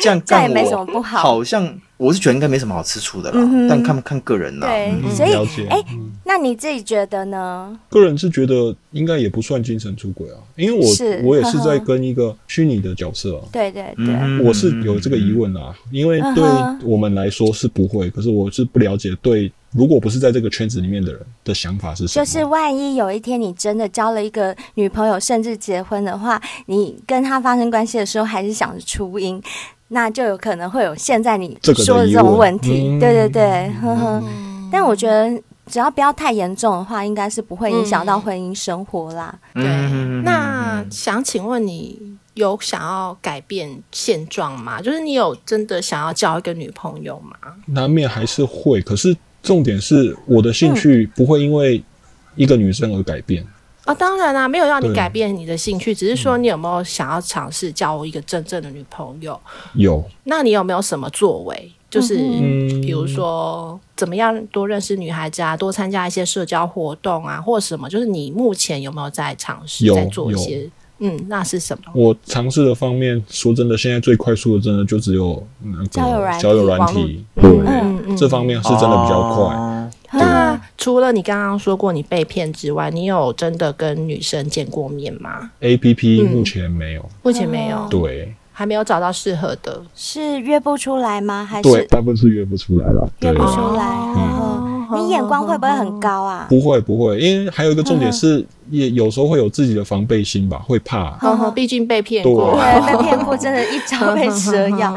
[SPEAKER 2] 这样
[SPEAKER 4] 这
[SPEAKER 2] 干
[SPEAKER 4] 样也
[SPEAKER 2] 我
[SPEAKER 4] 没什么不好
[SPEAKER 2] 像我是觉得应该没什么好吃醋的啦，
[SPEAKER 4] 嗯哼
[SPEAKER 2] 但看看个人啦。
[SPEAKER 4] 对
[SPEAKER 6] 嗯，
[SPEAKER 4] 所以
[SPEAKER 6] 了解。
[SPEAKER 4] 哎
[SPEAKER 6] 嗯
[SPEAKER 4] 那你自己觉得呢？
[SPEAKER 6] 个人是觉得应该也不算精神出轨啊，因为我
[SPEAKER 4] 是
[SPEAKER 6] 我也是
[SPEAKER 4] 呵呵
[SPEAKER 6] 在跟一个虚拟的角色啊。
[SPEAKER 4] 对对对，
[SPEAKER 2] 嗯
[SPEAKER 6] 我是有这个疑问啦，因为对
[SPEAKER 4] 嗯
[SPEAKER 6] 我们来说是不会，可是我是不了解对如果不是在这个圈子里面的人的想法是什
[SPEAKER 4] 就
[SPEAKER 6] 么。
[SPEAKER 4] 是万一有一天你真的交了一个女朋友，甚至结婚的话，你跟她发生关系的时候还是想着初音，那就有可能会有现在你
[SPEAKER 6] 这个的
[SPEAKER 4] 说的这
[SPEAKER 6] 疑
[SPEAKER 4] 种
[SPEAKER 6] 问
[SPEAKER 4] 问题。
[SPEAKER 6] 嗯
[SPEAKER 4] 对对对，呵呵。但我觉得只要不要太严重的话，应该是不会影响到婚姻生活啦。
[SPEAKER 3] 对。
[SPEAKER 2] 嗯
[SPEAKER 3] 那想请问你有想要改变现状吗？就是你有真的想要交一个女朋友吗？
[SPEAKER 6] 难免还是会，可是重点是我的兴趣不会因为一个女生而改变。
[SPEAKER 3] 啊、当然啦、没有让你
[SPEAKER 6] 对
[SPEAKER 3] 改变你的兴趣，只是说你有没有想要尝试交一个真正的女朋友？
[SPEAKER 6] 有，
[SPEAKER 3] 那你有没有什么作为？就是、
[SPEAKER 6] 嗯
[SPEAKER 3] 比如说，怎么样多认识女孩子啊，多参加一些社交活动啊，或什么？就是你目前有没有在尝试
[SPEAKER 6] 有
[SPEAKER 3] 在做一
[SPEAKER 6] 有
[SPEAKER 3] 些？嗯，那是什么？
[SPEAKER 6] 我尝试的方面，说真的，现在最快速的真的就只有那个
[SPEAKER 4] 交友软体
[SPEAKER 6] 交友软
[SPEAKER 4] 网络嗯
[SPEAKER 6] 体，对，
[SPEAKER 3] 嗯嗯嗯
[SPEAKER 6] 这方面是真的比较快。
[SPEAKER 2] 哦
[SPEAKER 4] 啊
[SPEAKER 3] 那除了你刚刚说过你被骗之外，你有真的跟女生见过面吗？
[SPEAKER 6] A P P
[SPEAKER 3] 嗯
[SPEAKER 6] 目前没有，
[SPEAKER 4] 哦
[SPEAKER 3] 目前没有，
[SPEAKER 6] 对
[SPEAKER 3] 还没有找到适合的。
[SPEAKER 4] 是约不出来吗？还
[SPEAKER 6] 对，
[SPEAKER 4] 是
[SPEAKER 6] 大部分是约不出来了，
[SPEAKER 4] 约
[SPEAKER 6] 对，
[SPEAKER 4] 不出来？
[SPEAKER 3] 哦
[SPEAKER 4] 呵呵，你眼光会不会很高啊？
[SPEAKER 6] 不会不会，因为还有一个重点
[SPEAKER 3] 嗯
[SPEAKER 6] 是，也有时候会有自己的防备心吧，会怕。
[SPEAKER 3] 呵呵，毕竟被骗
[SPEAKER 6] 对啊
[SPEAKER 3] 过。
[SPEAKER 4] 对，被骗过真的一朝被蛇咬。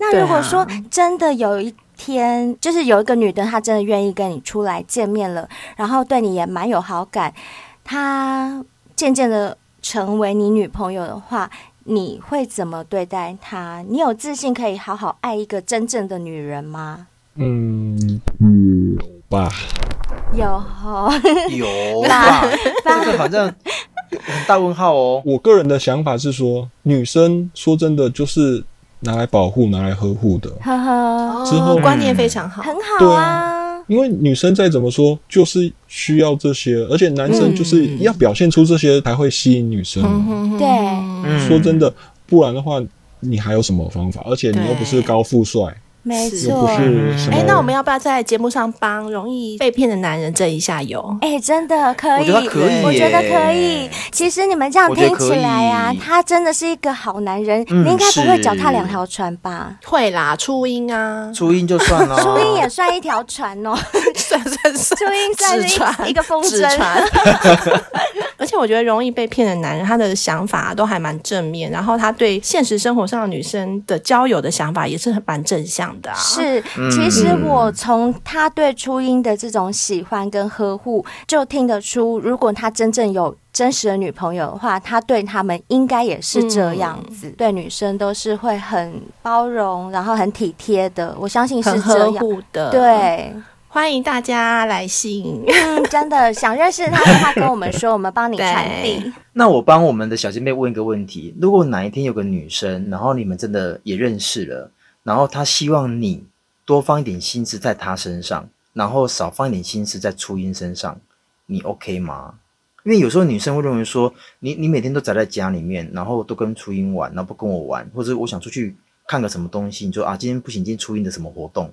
[SPEAKER 4] 那如果说真的有一天，就是有一个女的，她真的愿意跟你出来见面了，然后对你也蛮有好感，她渐渐的成为你女朋友的话，你会怎么对待她？你有自信可以好好爱一个真正的女人吗？
[SPEAKER 6] 嗯嗯吧，
[SPEAKER 4] 有 吼，
[SPEAKER 2] 有吧？ 这个好像很大问号哦。
[SPEAKER 6] 我个人的想法是说，女生说真的就是拿来保护、拿来呵护的，
[SPEAKER 4] 呵呵，
[SPEAKER 6] 之后嗯
[SPEAKER 3] 哦观念非常好。
[SPEAKER 4] 很好
[SPEAKER 6] 对
[SPEAKER 4] 啊，
[SPEAKER 6] 因为女生再怎么说就是需要这些，而且男生就是要表现出这些才会吸引女生。
[SPEAKER 3] 嗯
[SPEAKER 4] 对，
[SPEAKER 2] 嗯
[SPEAKER 6] 说真的，不然的话，你还有什么方法？而且你又不是高富帅，
[SPEAKER 4] 没
[SPEAKER 3] 是
[SPEAKER 6] 又
[SPEAKER 4] 错
[SPEAKER 6] 不。是什么。
[SPEAKER 3] 哎，那我们要不要在节目上帮容易被骗的男人争一下油？
[SPEAKER 4] 哎、真的可
[SPEAKER 2] 我
[SPEAKER 4] 以，
[SPEAKER 2] 觉得可以
[SPEAKER 4] 我觉得可
[SPEAKER 2] 耶
[SPEAKER 4] 以其实你们这样
[SPEAKER 2] 我觉得
[SPEAKER 4] 听起
[SPEAKER 2] 可
[SPEAKER 4] 来啊
[SPEAKER 2] 以，
[SPEAKER 4] 他真的是一个好男人，
[SPEAKER 2] 嗯
[SPEAKER 4] 你应该不会脚踏
[SPEAKER 2] 是
[SPEAKER 4] 两条船吧？
[SPEAKER 3] 会啦，初音 啊，
[SPEAKER 2] 嗯初音就算了，
[SPEAKER 4] 初音也算一条船 哦，
[SPEAKER 3] 算算算，
[SPEAKER 4] 初音 算
[SPEAKER 3] 自
[SPEAKER 4] 是
[SPEAKER 3] 传
[SPEAKER 4] 一一个风
[SPEAKER 3] 自
[SPEAKER 4] 筝。 啊
[SPEAKER 3] 传 而且我觉得容易被骗的男人，他的想法都还蛮正面，然后他对现实生活上的女生的交友的想法也是很蛮正向的啊。
[SPEAKER 4] 是，
[SPEAKER 2] 嗯
[SPEAKER 4] 其实我从他对初音的这种喜欢跟呵护，就听得出，如果他真正有真实的女朋友的话，他对他们应该也是这样子，对女生都是会很包容，然后很体贴的。我相信
[SPEAKER 3] 很
[SPEAKER 4] 是这
[SPEAKER 3] 呵
[SPEAKER 4] 样。
[SPEAKER 3] 护的，，
[SPEAKER 4] 对，
[SPEAKER 3] 欢迎大家来信。
[SPEAKER 4] 嗯，真的想认识他的话，跟我们说，我们帮你传递。
[SPEAKER 2] 那我帮我们的小前辈问一个问题：如果哪一天有个女生，然后你们真的也认识了，然后她希望你多放一点心思在她身上，然后少放一点心思在初音身上，你 OK 吗？因为有时候女生会认为说，你你每天都宅在家里面，然后都跟初音玩，然后不跟我玩，或者我想出去看个什么东西，你说啊今天不行，今天初音的什么活动？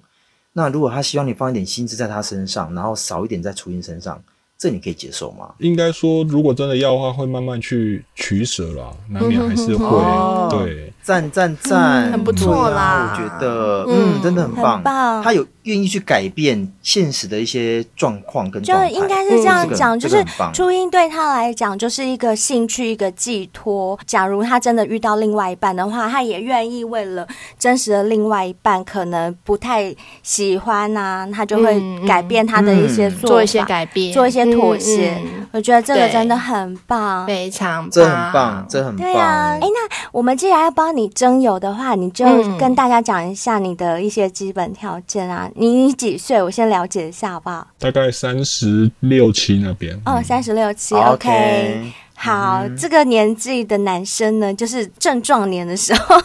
[SPEAKER 2] 那如果她希望你放一点心思在她身上，然后少一点在初音身上，这你可以接受吗？
[SPEAKER 6] 应该说，如果真的要的话，会慢慢去取舍啦，难免还
[SPEAKER 4] 嗯
[SPEAKER 6] 是会、
[SPEAKER 2] 哦
[SPEAKER 6] 对。
[SPEAKER 2] 赞赞赞，
[SPEAKER 3] 嗯很不错
[SPEAKER 2] 对啊
[SPEAKER 3] 啦
[SPEAKER 2] 我觉得，
[SPEAKER 3] 嗯
[SPEAKER 2] 嗯，真的很棒，
[SPEAKER 4] 很棒
[SPEAKER 2] 他有愿意去改变现实的一些状况跟
[SPEAKER 4] 就
[SPEAKER 2] 状态，
[SPEAKER 4] 应该是这样讲，
[SPEAKER 2] 嗯
[SPEAKER 4] 就
[SPEAKER 2] 这个
[SPEAKER 4] 是
[SPEAKER 2] 很棒
[SPEAKER 4] 初音对他来讲就是一个兴趣，一个寄托。假如他真的遇到另外一半的话，他也愿意为了真实的另外一半可能不太喜欢呐、他就会
[SPEAKER 3] 嗯嗯
[SPEAKER 4] 改变他的一些
[SPEAKER 2] 嗯
[SPEAKER 4] 做法，
[SPEAKER 3] 做一些改变，
[SPEAKER 4] 做一些妥协
[SPEAKER 3] 嗯嗯
[SPEAKER 4] 我觉得这个
[SPEAKER 3] 对
[SPEAKER 4] 真的很棒。
[SPEAKER 3] 非常
[SPEAKER 2] 这很棒，这很棒。
[SPEAKER 4] 对啊，哎，那我们既然要帮你征友的话，你就
[SPEAKER 3] 嗯
[SPEAKER 4] 跟大家讲一下你的一些基本条件啊。你你几岁？我先了解一下好不好？
[SPEAKER 6] 大概三十六七那边，
[SPEAKER 4] 哦，
[SPEAKER 6] 嗯
[SPEAKER 4] 三十六七
[SPEAKER 2] OK，嗯
[SPEAKER 4] 好，这个年纪的男生呢，就是正壮年的时候，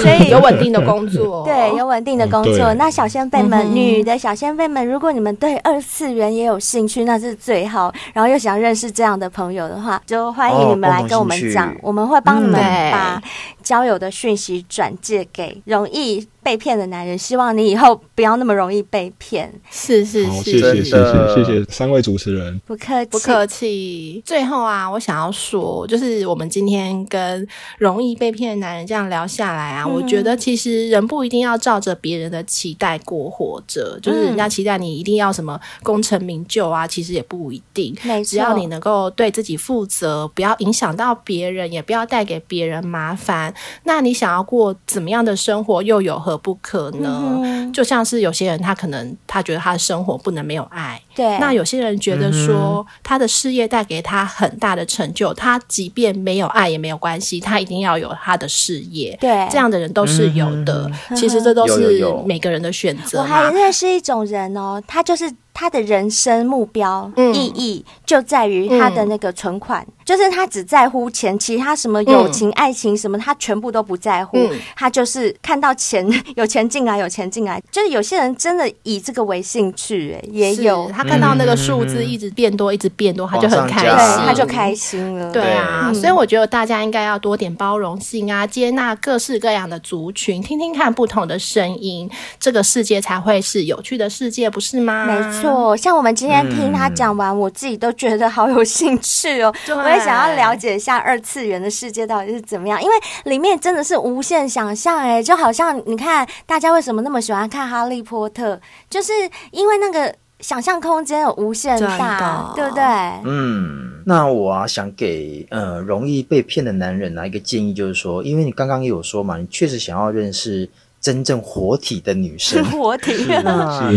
[SPEAKER 4] 所以
[SPEAKER 3] 有稳定的工作，哦
[SPEAKER 4] 对有稳定的工
[SPEAKER 6] 哦
[SPEAKER 4] 作。
[SPEAKER 6] 嗯对
[SPEAKER 4] 那小先辈们，
[SPEAKER 3] 嗯哼
[SPEAKER 4] 女的小先辈们，如果你们对二次元也有兴趣，那是最好。然后又想认识这样的朋友的话，就欢迎
[SPEAKER 2] 哦
[SPEAKER 4] 你们来跟我
[SPEAKER 2] 共同兴
[SPEAKER 4] 们
[SPEAKER 2] 趣
[SPEAKER 4] 讲，我们会帮你们
[SPEAKER 3] 嗯
[SPEAKER 4] 把交友的讯息转借给容易被骗的男人。希望你以后不要那么容易被骗。
[SPEAKER 3] 是是
[SPEAKER 6] 好，
[SPEAKER 3] 是，
[SPEAKER 6] 谢谢谢
[SPEAKER 2] 真的
[SPEAKER 6] 谢谢谢三位主持人，
[SPEAKER 4] 不客气，
[SPEAKER 3] 不客气。最后啊，我想要说，就是我们今天跟容易被骗的男人这样聊下来啊，
[SPEAKER 4] 嗯
[SPEAKER 3] 我觉得其实人不一定要照着别人的期待过活着，就是
[SPEAKER 4] 嗯
[SPEAKER 3] 人家期待你一定要什么功成名就啊，其实也不一定。
[SPEAKER 4] 没错，
[SPEAKER 3] 只要你能够对自己负责，不要影响到别人，也不要带给别人麻烦，那你想要过怎么样的生活，又有何不可呢？
[SPEAKER 4] 嗯
[SPEAKER 3] 就像是有些人，他可能他觉得他的生活不能没有爱，
[SPEAKER 4] 对，
[SPEAKER 3] 那有些人觉
[SPEAKER 2] 嗯
[SPEAKER 3] 得说，他的事业带给他很大的成就，他即便没有爱也没有关系，他一定要有他的事业。
[SPEAKER 4] 对
[SPEAKER 3] 这样的人都是有的。
[SPEAKER 2] 嗯
[SPEAKER 3] 其实这都
[SPEAKER 2] 有
[SPEAKER 3] 是
[SPEAKER 2] 有有
[SPEAKER 3] 每个人的选择
[SPEAKER 4] 我
[SPEAKER 3] 嘛。
[SPEAKER 4] 还认识一种人哦，他就是他的人生目标、
[SPEAKER 3] 嗯
[SPEAKER 4] 意义就在于他的那个存款，就是他只在乎钱，其他什么友情、爱情什么，他全部都不在乎。
[SPEAKER 3] 嗯
[SPEAKER 4] 他就是看到钱有钱进来，有钱进来，就是有些人真的以这个为兴趣、哎，也
[SPEAKER 3] 是
[SPEAKER 4] 有，
[SPEAKER 3] 他看到那个数字一直变多，一直变多，他就
[SPEAKER 2] 嗯
[SPEAKER 3] 很
[SPEAKER 2] 往上
[SPEAKER 3] 开
[SPEAKER 2] 加
[SPEAKER 4] 对，
[SPEAKER 3] 心，
[SPEAKER 4] 他就开心了。
[SPEAKER 3] 对啊，
[SPEAKER 4] 嗯
[SPEAKER 3] 所以我觉得大家应该要多点包容性啊，接纳各式各样的族群，听听看不同的声音，这个世界才会是有趣的世界，不是吗？
[SPEAKER 4] 没，
[SPEAKER 3] 嗯
[SPEAKER 4] 错，像我们今天听他讲完，我自己都觉得好有兴趣哦。
[SPEAKER 3] 对
[SPEAKER 4] 我也想要了解一下二次元的世界到底是怎么样，因为里面真的是无限想象哎，就好像你看大家为什么那么喜欢看《哈利波特》，就是因为那个想象空间有无限大，
[SPEAKER 3] 真
[SPEAKER 4] 对
[SPEAKER 3] 的
[SPEAKER 4] 不对？
[SPEAKER 2] 嗯，那我啊想给呃容易被骗的男人啊一个建议，就是说，因为你刚刚也有说嘛，你确实想要认识真正活体的女
[SPEAKER 4] 是
[SPEAKER 2] 生，
[SPEAKER 4] 活体，
[SPEAKER 2] 那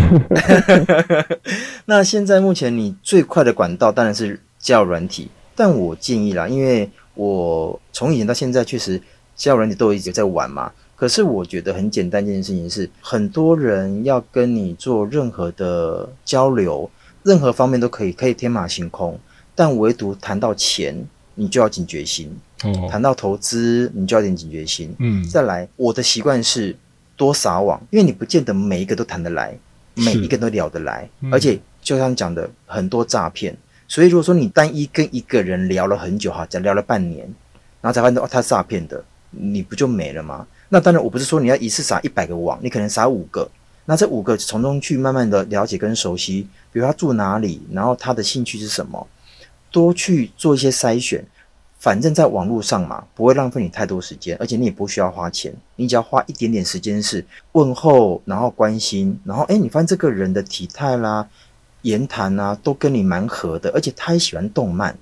[SPEAKER 2] 那现在目前你最快的管道当然是交友软体，但我建议啦，因为我从以前到现在确实交友软体都一直在玩嘛。可是我觉得很简单一件事情是，很多人要跟你做任何的交流，任何方面都可以，可以天马行空，但唯独谈到钱，你就要警觉心；
[SPEAKER 6] 哦，
[SPEAKER 2] 谈到投资，你就要点警觉心。
[SPEAKER 6] 嗯，
[SPEAKER 2] 再来，我的习惯是多撒网，因为你不见得每一个都谈得来，
[SPEAKER 6] 是
[SPEAKER 2] 每一个都聊得来，
[SPEAKER 6] 嗯
[SPEAKER 2] 而且就像讲的，很多诈骗。所以如果说你单一跟一个人聊了很久哈，讲聊了半年，然后才发现哦他是诈骗的，你不就没了吗？那当然，我不是说你要一次撒一百个网，你可能撒五个。那这五个从中去慢慢的了解跟熟悉，比如他住哪里，然后他的兴趣是什么，多去做一些筛选。反正，在网络上嘛，不会浪费你太多时间，而且你也不需要花钱，你只要花一点点时间是问候，然后关心，然后哎，你发现这个人的体态啦、言谈啊，都跟你蛮合的，而且他也喜欢动漫，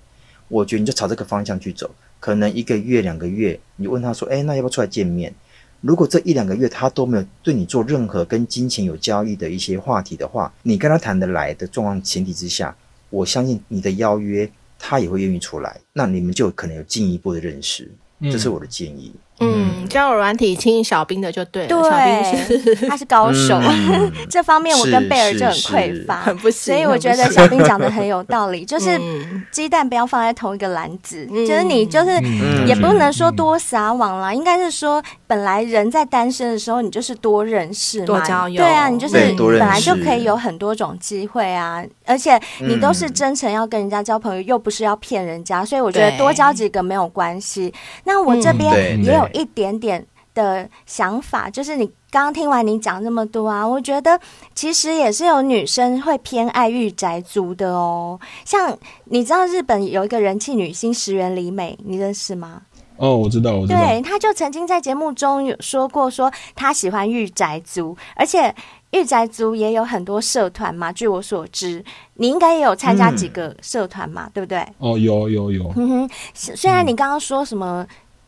[SPEAKER 2] 我觉得你就朝这个方向去走。可能一个月、两个月，你问他说，哎，那要不要出来见面？如果这一两个月他都没有对你做任何跟金钱有交易的一些话题的话，你跟他谈得来的状况前提之下，我相信你的邀约他也会愿意出来，那你们就有可能有进一步的认识。
[SPEAKER 6] 嗯
[SPEAKER 2] 这是我的建议。
[SPEAKER 3] 嗯，交友软体轻易小兵的就对了，小兵是
[SPEAKER 4] 对，他是高手，
[SPEAKER 2] 嗯
[SPEAKER 4] 这方面我跟
[SPEAKER 2] 是
[SPEAKER 4] 贝尔就很
[SPEAKER 2] 是
[SPEAKER 4] 匮
[SPEAKER 2] 是
[SPEAKER 4] 乏，
[SPEAKER 3] 很不
[SPEAKER 4] 所
[SPEAKER 3] 行
[SPEAKER 4] 以我
[SPEAKER 3] 很不
[SPEAKER 4] 觉得
[SPEAKER 3] 行
[SPEAKER 4] 小兵讲的很有道理，就是
[SPEAKER 3] 嗯
[SPEAKER 4] 鸡蛋不要放在同一个篮子，
[SPEAKER 3] 嗯
[SPEAKER 4] 就是你就是
[SPEAKER 6] 嗯
[SPEAKER 4] 也不能说多撒网啦，应该是说本来人在单身的时候，你就是多认识嘛，
[SPEAKER 3] 多交友
[SPEAKER 4] 对啊，你就是
[SPEAKER 2] 对多
[SPEAKER 4] 本
[SPEAKER 2] 认识
[SPEAKER 4] 来就可以有很多种机会啊，而且你都是
[SPEAKER 2] 嗯
[SPEAKER 4] 真诚要跟人家交朋友，又不是要骗人家，所以我觉得多
[SPEAKER 3] 对
[SPEAKER 4] 交几个没有关系。那我这
[SPEAKER 3] 嗯
[SPEAKER 4] 边
[SPEAKER 2] 对
[SPEAKER 4] 也有
[SPEAKER 2] 对
[SPEAKER 4] 一点点的想法，就是你刚刚听完你讲这么多啊，我觉得其实也是有女生会偏爱御宅族的哦。像你知道日本有一个人气女星石原里美，你认识吗？
[SPEAKER 6] 哦，我知道，我知道
[SPEAKER 4] 对，，她就曾经在节目中有说过，说她喜欢御宅族，而且御宅族也有很多社团嘛。据我所知，你应该也有参加几个社团嘛，对不对？
[SPEAKER 6] 哦，有有有，
[SPEAKER 4] 嗯哼，虽虽然你刚刚说什么。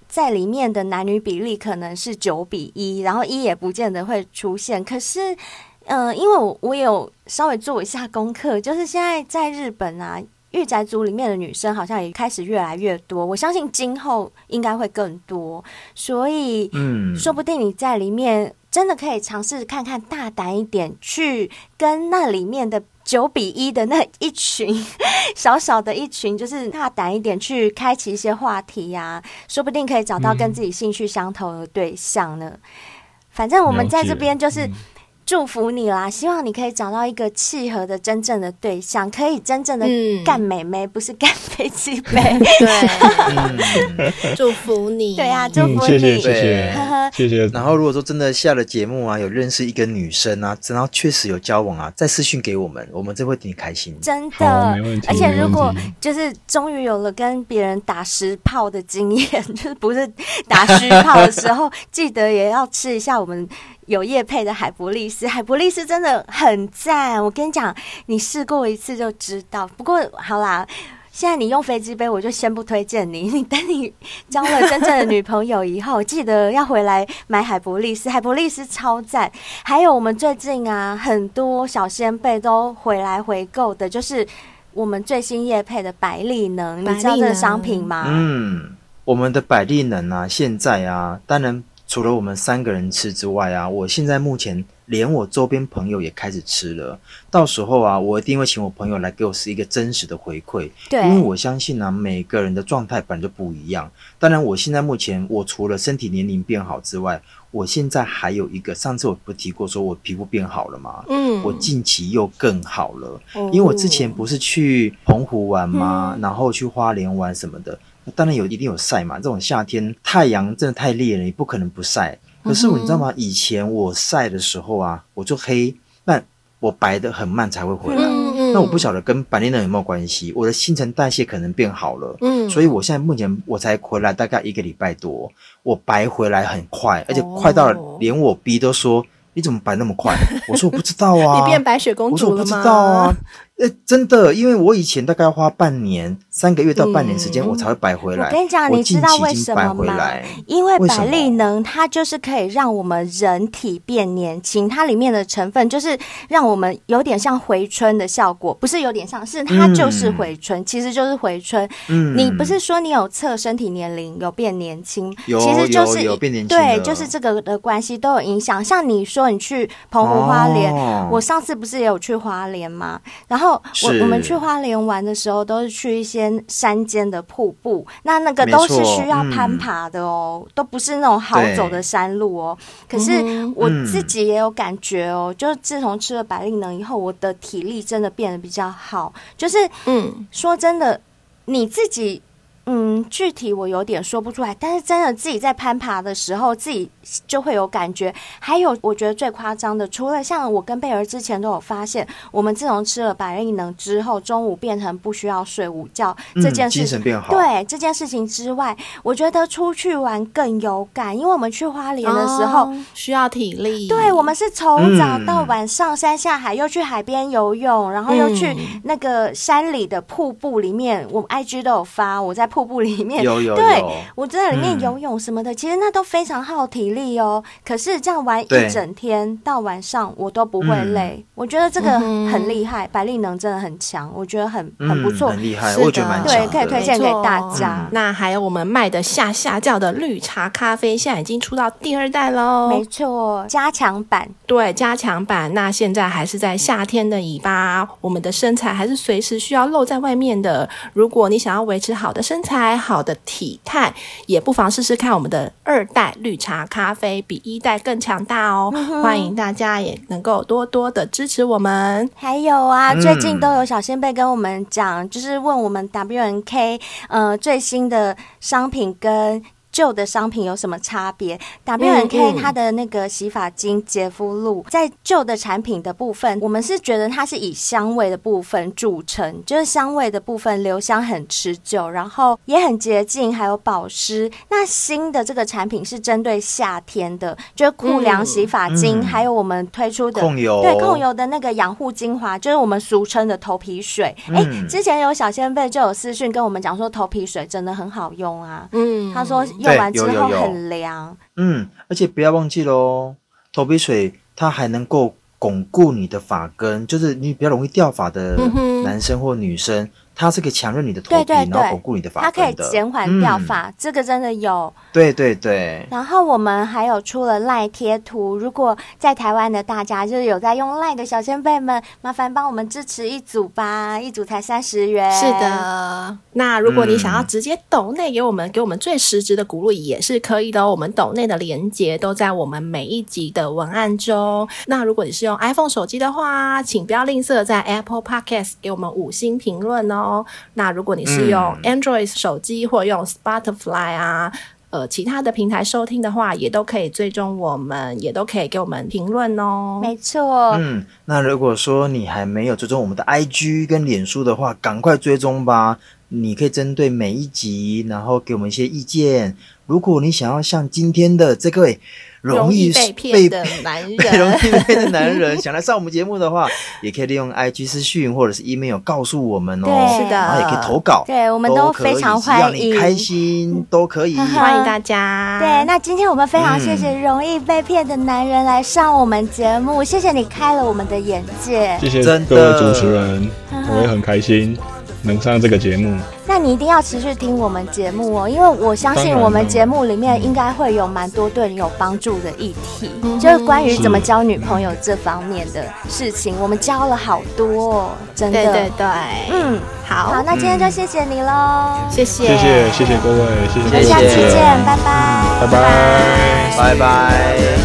[SPEAKER 4] 在里面的男女比例可能是九比一，然后一也不见得会出现。可是，嗯、因为我我有稍微做一下功课，就是现在在日本啊，御宅族里面的女生好像也开始越来越多。我相信今后应该会更多，所以，
[SPEAKER 2] 嗯，
[SPEAKER 4] 说不定你在里面真的可以尝试看看，大胆一点，去跟那里面的九比一的那一群 小小的一群，就是大胆一点去开启一些话题呀、说不定可以找到跟自己兴趣相投的对象呢。反正我们
[SPEAKER 6] 了
[SPEAKER 4] 在这
[SPEAKER 6] 解
[SPEAKER 4] 边就是
[SPEAKER 6] 嗯
[SPEAKER 4] 祝福你啦，希望你可以找到一个契合的真正的对象，可以真正的
[SPEAKER 3] 嗯
[SPEAKER 4] 干美眉，不是干飞机 杯。
[SPEAKER 3] 对，
[SPEAKER 2] 嗯
[SPEAKER 3] 祝福你。
[SPEAKER 4] 对啊，祝
[SPEAKER 6] 嗯，
[SPEAKER 4] 福
[SPEAKER 6] 谢谢
[SPEAKER 4] 你。
[SPEAKER 6] 谢 谢
[SPEAKER 4] 呵呵
[SPEAKER 6] 谢谢，
[SPEAKER 2] 然后如果说真的下了节目啊，有认识一个女生啊，然后确实有交往啊，再私讯给我们，我们这会挺开心。
[SPEAKER 4] 真的
[SPEAKER 6] 好没问，题
[SPEAKER 4] 而且如果
[SPEAKER 6] 没问题
[SPEAKER 4] 就是终于有了跟别人打实炮的经验， 就是不是打虚炮的时候， 记得也要吃一下我们有叶配的海博利斯。海博利斯真的很赞，我跟你讲，你试过一次就知道。不过好啦。现在你用飞机杯，我就先不推荐你。 你等你交了真正的女朋友以后，记得要回来买海博利斯。海博利斯超赞，还有我们最近啊，很多小先辈都回来回购的，就是我们最新业配的百利能，
[SPEAKER 3] 百
[SPEAKER 4] 你
[SPEAKER 3] 利
[SPEAKER 4] 知道这个
[SPEAKER 3] 能
[SPEAKER 4] 商品吗？
[SPEAKER 2] 嗯，我们的百利能啊，现在啊，当然除了我们三个人吃之外啊，我现在目前连我周边朋友也开始吃了。到时候啊，我一定会请我朋友来给我是一个真实的回馈，
[SPEAKER 4] 对，
[SPEAKER 2] 因为我相信啊，每个人的状态本来就不一样。当然，我现在目前我除了身体年龄变好之外，我现在还有一个，上次我不提过说我皮肤变好了吗？
[SPEAKER 3] 嗯哦
[SPEAKER 2] 我近期又更好了，
[SPEAKER 4] 哦
[SPEAKER 2] 因为我之前不是去澎湖玩吗？
[SPEAKER 3] 嗯
[SPEAKER 2] 然后去花莲玩什么的，当然有一定有晒嘛。这种夏天太阳真的太烈了，你不可能不晒。可是我你知
[SPEAKER 3] 嗯
[SPEAKER 2] 道吗？以前我晒的时候啊，我就黑，那我白的很慢才会回来。
[SPEAKER 3] 嗯嗯，
[SPEAKER 2] 那我不晓得跟白内障有没有关系，我的新陈代谢可能变好了，
[SPEAKER 3] 嗯
[SPEAKER 2] 所以我现在目前我才回来大概一个礼拜多，我白回来很快，而且快到
[SPEAKER 3] 哦
[SPEAKER 2] 连我逼都说你怎么白那么快？我说我不知道啊，
[SPEAKER 3] 你变白雪公
[SPEAKER 2] 我说
[SPEAKER 3] 主
[SPEAKER 2] 我
[SPEAKER 3] 了
[SPEAKER 2] 不知
[SPEAKER 3] 吗？
[SPEAKER 2] 道啊，呃，真的，因为我以前大概要花半年、三个月到半年时间，
[SPEAKER 3] 嗯
[SPEAKER 2] 我才会白回来。
[SPEAKER 4] 我跟你讲你知道为
[SPEAKER 2] 我
[SPEAKER 4] 什么吗
[SPEAKER 2] 近期已经白回来
[SPEAKER 4] 因为
[SPEAKER 2] 为什
[SPEAKER 4] 百
[SPEAKER 2] 么
[SPEAKER 4] 利能它就是可以让我们人体变年轻，它里面的成分就是让我们有点像回春的效果，不是有点像，是它就是回春，其实就是回春。
[SPEAKER 2] 嗯，
[SPEAKER 4] 你不是说你有测身体年龄有变年轻，
[SPEAKER 2] 有
[SPEAKER 4] 其实就是
[SPEAKER 2] 有有变年轻
[SPEAKER 4] 对，
[SPEAKER 2] 了
[SPEAKER 4] 就是这个的关系都有影响。像你说你去澎湖花莲，
[SPEAKER 2] 哦
[SPEAKER 4] 我上次不是也有去花莲吗？然后我
[SPEAKER 2] 是
[SPEAKER 4] 我们去花莲玩的时候，都是去一些山间的瀑布，那那个
[SPEAKER 2] 没
[SPEAKER 4] 都
[SPEAKER 2] 错
[SPEAKER 4] 是需要攀
[SPEAKER 2] 嗯
[SPEAKER 4] 爬的哦，都不是那种好走的
[SPEAKER 2] 对
[SPEAKER 4] 山路哦。可是
[SPEAKER 3] 嗯哼
[SPEAKER 4] 我
[SPEAKER 2] 嗯
[SPEAKER 4] 自己也有感觉哦，就是自从吃了百利能以后，我的体力真的变得比较好，就是。
[SPEAKER 3] 嗯，
[SPEAKER 4] 说真的，你自己，嗯，具体我有点说不出来，但是真的自己在攀爬的时候，自己就会有感觉。还有，我觉得最夸张的，除了像我跟贝儿之前都有发现，我们自从吃了百利能之后，中午变成不需要睡午觉、
[SPEAKER 2] 嗯
[SPEAKER 4] 这件事
[SPEAKER 2] 精神变好
[SPEAKER 4] 对这件事情之外，我觉得出去玩更有感，因为我们去花莲的时候。
[SPEAKER 3] 哦需要体力，
[SPEAKER 4] 对，我们是从早到
[SPEAKER 2] 嗯
[SPEAKER 4] 晚上山下海，又去海边游泳，然后又去
[SPEAKER 3] 嗯
[SPEAKER 4] 那个山里的瀑布里面，我们 IG 都有发，我在瀑布里面，
[SPEAKER 2] 有有
[SPEAKER 4] 对
[SPEAKER 2] 有，
[SPEAKER 4] 我真的里面
[SPEAKER 2] 嗯
[SPEAKER 4] 游泳什么的，其实那都非常耗体力哦。可是这样玩
[SPEAKER 2] 对
[SPEAKER 4] 一整天到晚上，我都不会
[SPEAKER 2] 嗯
[SPEAKER 4] 累。我觉得这个
[SPEAKER 3] 嗯哼
[SPEAKER 4] 很厉害，百丽能真的很强，我觉得很很不
[SPEAKER 2] 嗯
[SPEAKER 4] 错。
[SPEAKER 2] 很厉害，
[SPEAKER 3] 是
[SPEAKER 2] 我也觉得
[SPEAKER 3] 的
[SPEAKER 2] 蛮
[SPEAKER 4] 对
[SPEAKER 2] 强的。
[SPEAKER 4] 可以推荐给大家
[SPEAKER 3] 嗯那还有我们卖的下下叫的绿茶咖啡，现在已经出到第二代喽。
[SPEAKER 4] 没错，加强版
[SPEAKER 3] 对，加强版。那现在还是在夏天的尾巴，我们的身材还是随时需要露在外面的。如果你想要维持好的身材、好的体态，也不妨试试看我们的二代绿茶咖啡，比一代更强大哦。欢迎大家也能够多多的支持我们。
[SPEAKER 4] 还有啊，
[SPEAKER 2] 嗯
[SPEAKER 4] 最近都有小先辈跟我们讲，就是问我们 WNK 呃最新的商品跟。旧的商品有什么差别
[SPEAKER 3] 嗯嗯
[SPEAKER 4] ？WNK 它的那个洗发精洁肤露，在旧的产品的部分，我们是觉得它是以香味的部分著称，就是香味的部分留香很持久，然后也很洁净，还有保湿。那新的这个产品是针对夏天的，就是酷
[SPEAKER 3] 嗯
[SPEAKER 4] 凉洗发精，
[SPEAKER 2] 嗯
[SPEAKER 4] 还有我们推出的
[SPEAKER 2] 控油，
[SPEAKER 4] 对控油的那个养护精华，就是我们俗称的头皮水。哎、
[SPEAKER 2] 嗯
[SPEAKER 4] 之前有小先辈就有私讯跟我们讲说，头皮水真的很好用啊。
[SPEAKER 3] 嗯
[SPEAKER 4] 他说用
[SPEAKER 2] 对
[SPEAKER 4] 完之
[SPEAKER 2] 有有
[SPEAKER 4] 后
[SPEAKER 2] 有
[SPEAKER 4] 很凉，
[SPEAKER 2] 嗯，而且不要忘记喽，头皮水它还能够巩固你的发根，就是你比较容易掉发的
[SPEAKER 3] 嗯哼
[SPEAKER 2] 男生或女生，它是可以强韧你的头皮，
[SPEAKER 4] 对对
[SPEAKER 2] 然后
[SPEAKER 4] 对
[SPEAKER 2] 巩固你的发
[SPEAKER 4] 它可以
[SPEAKER 2] 根的，
[SPEAKER 4] 减缓掉
[SPEAKER 2] 嗯。
[SPEAKER 4] 发，这个真的有。
[SPEAKER 2] 对对对，
[SPEAKER 4] 然后我们还有出了赖贴图，如果在台湾的大家就是有在用赖的小先辈们，麻烦帮我们支持一组吧，一组才三十元。
[SPEAKER 3] 是，的，那如果你想要
[SPEAKER 2] 嗯
[SPEAKER 3] 直接抖内给我们，给我们最实质的鼓励也是可以的哦。我们抖内的连接都在我们每一集的文案中。那如果你是用 iPhone 手机的话，请不要吝啬在 Apple Podcast 给我们五星评论哦。那如果你是用
[SPEAKER 2] 嗯
[SPEAKER 3] Android 手机或用 Spotify 啊。呃，其他的平台收听的话，也都可以追踪我们，也都可以给我们评论哦。
[SPEAKER 4] 没错。
[SPEAKER 2] 嗯，那如果说你还没有追踪我们的 IG 跟脸书的话，赶快追踪吧。你可以针对每一集，然后给我们一些意见。如果你想要像今天的这位
[SPEAKER 3] 容易
[SPEAKER 2] 易
[SPEAKER 3] 被
[SPEAKER 2] 被
[SPEAKER 3] 骗的男
[SPEAKER 2] 被 容
[SPEAKER 3] 人，
[SPEAKER 2] 易被的男 人想来上我们节目的话，也可以利用 IG 私讯或者是 email 告诉我们哦。
[SPEAKER 4] 对是的
[SPEAKER 2] 然后也可以投稿，
[SPEAKER 4] 对我们
[SPEAKER 2] 都
[SPEAKER 4] 都
[SPEAKER 2] 可以
[SPEAKER 4] 非常
[SPEAKER 2] 只要
[SPEAKER 4] 欢
[SPEAKER 2] 你
[SPEAKER 4] 迎
[SPEAKER 2] 开心都可以。
[SPEAKER 4] 哈
[SPEAKER 3] 欢迎大家。
[SPEAKER 4] 对，那今天我们非常谢谢
[SPEAKER 2] 嗯
[SPEAKER 4] 容易被骗的男人来上我们节目，谢谢你开了我们的眼界。
[SPEAKER 6] 谢谢
[SPEAKER 2] 真的
[SPEAKER 6] 各位主持人，我也很开心能上这个节目。
[SPEAKER 4] 那你一定要持续听我们节目哦，因为我相
[SPEAKER 6] 当
[SPEAKER 4] 信
[SPEAKER 6] 然
[SPEAKER 4] 我们
[SPEAKER 6] 了
[SPEAKER 4] 节目里面应该会有蛮多对你有帮助的议题，
[SPEAKER 6] 嗯
[SPEAKER 4] 就是关于怎么交女朋友这方面的事情，我们教了好多、哦，真的。
[SPEAKER 3] 对对对，
[SPEAKER 4] 嗯，
[SPEAKER 3] 好，
[SPEAKER 4] 好，那今天就谢谢你喽，
[SPEAKER 3] 谢
[SPEAKER 6] 嗯
[SPEAKER 3] 谢，
[SPEAKER 6] 谢谢谢谢各位，谢
[SPEAKER 4] 我
[SPEAKER 6] 谢各
[SPEAKER 4] 们
[SPEAKER 6] 位主
[SPEAKER 4] 下次
[SPEAKER 6] 持
[SPEAKER 4] 见
[SPEAKER 6] 人，，
[SPEAKER 4] 拜拜
[SPEAKER 6] 拜拜。
[SPEAKER 2] 拜拜。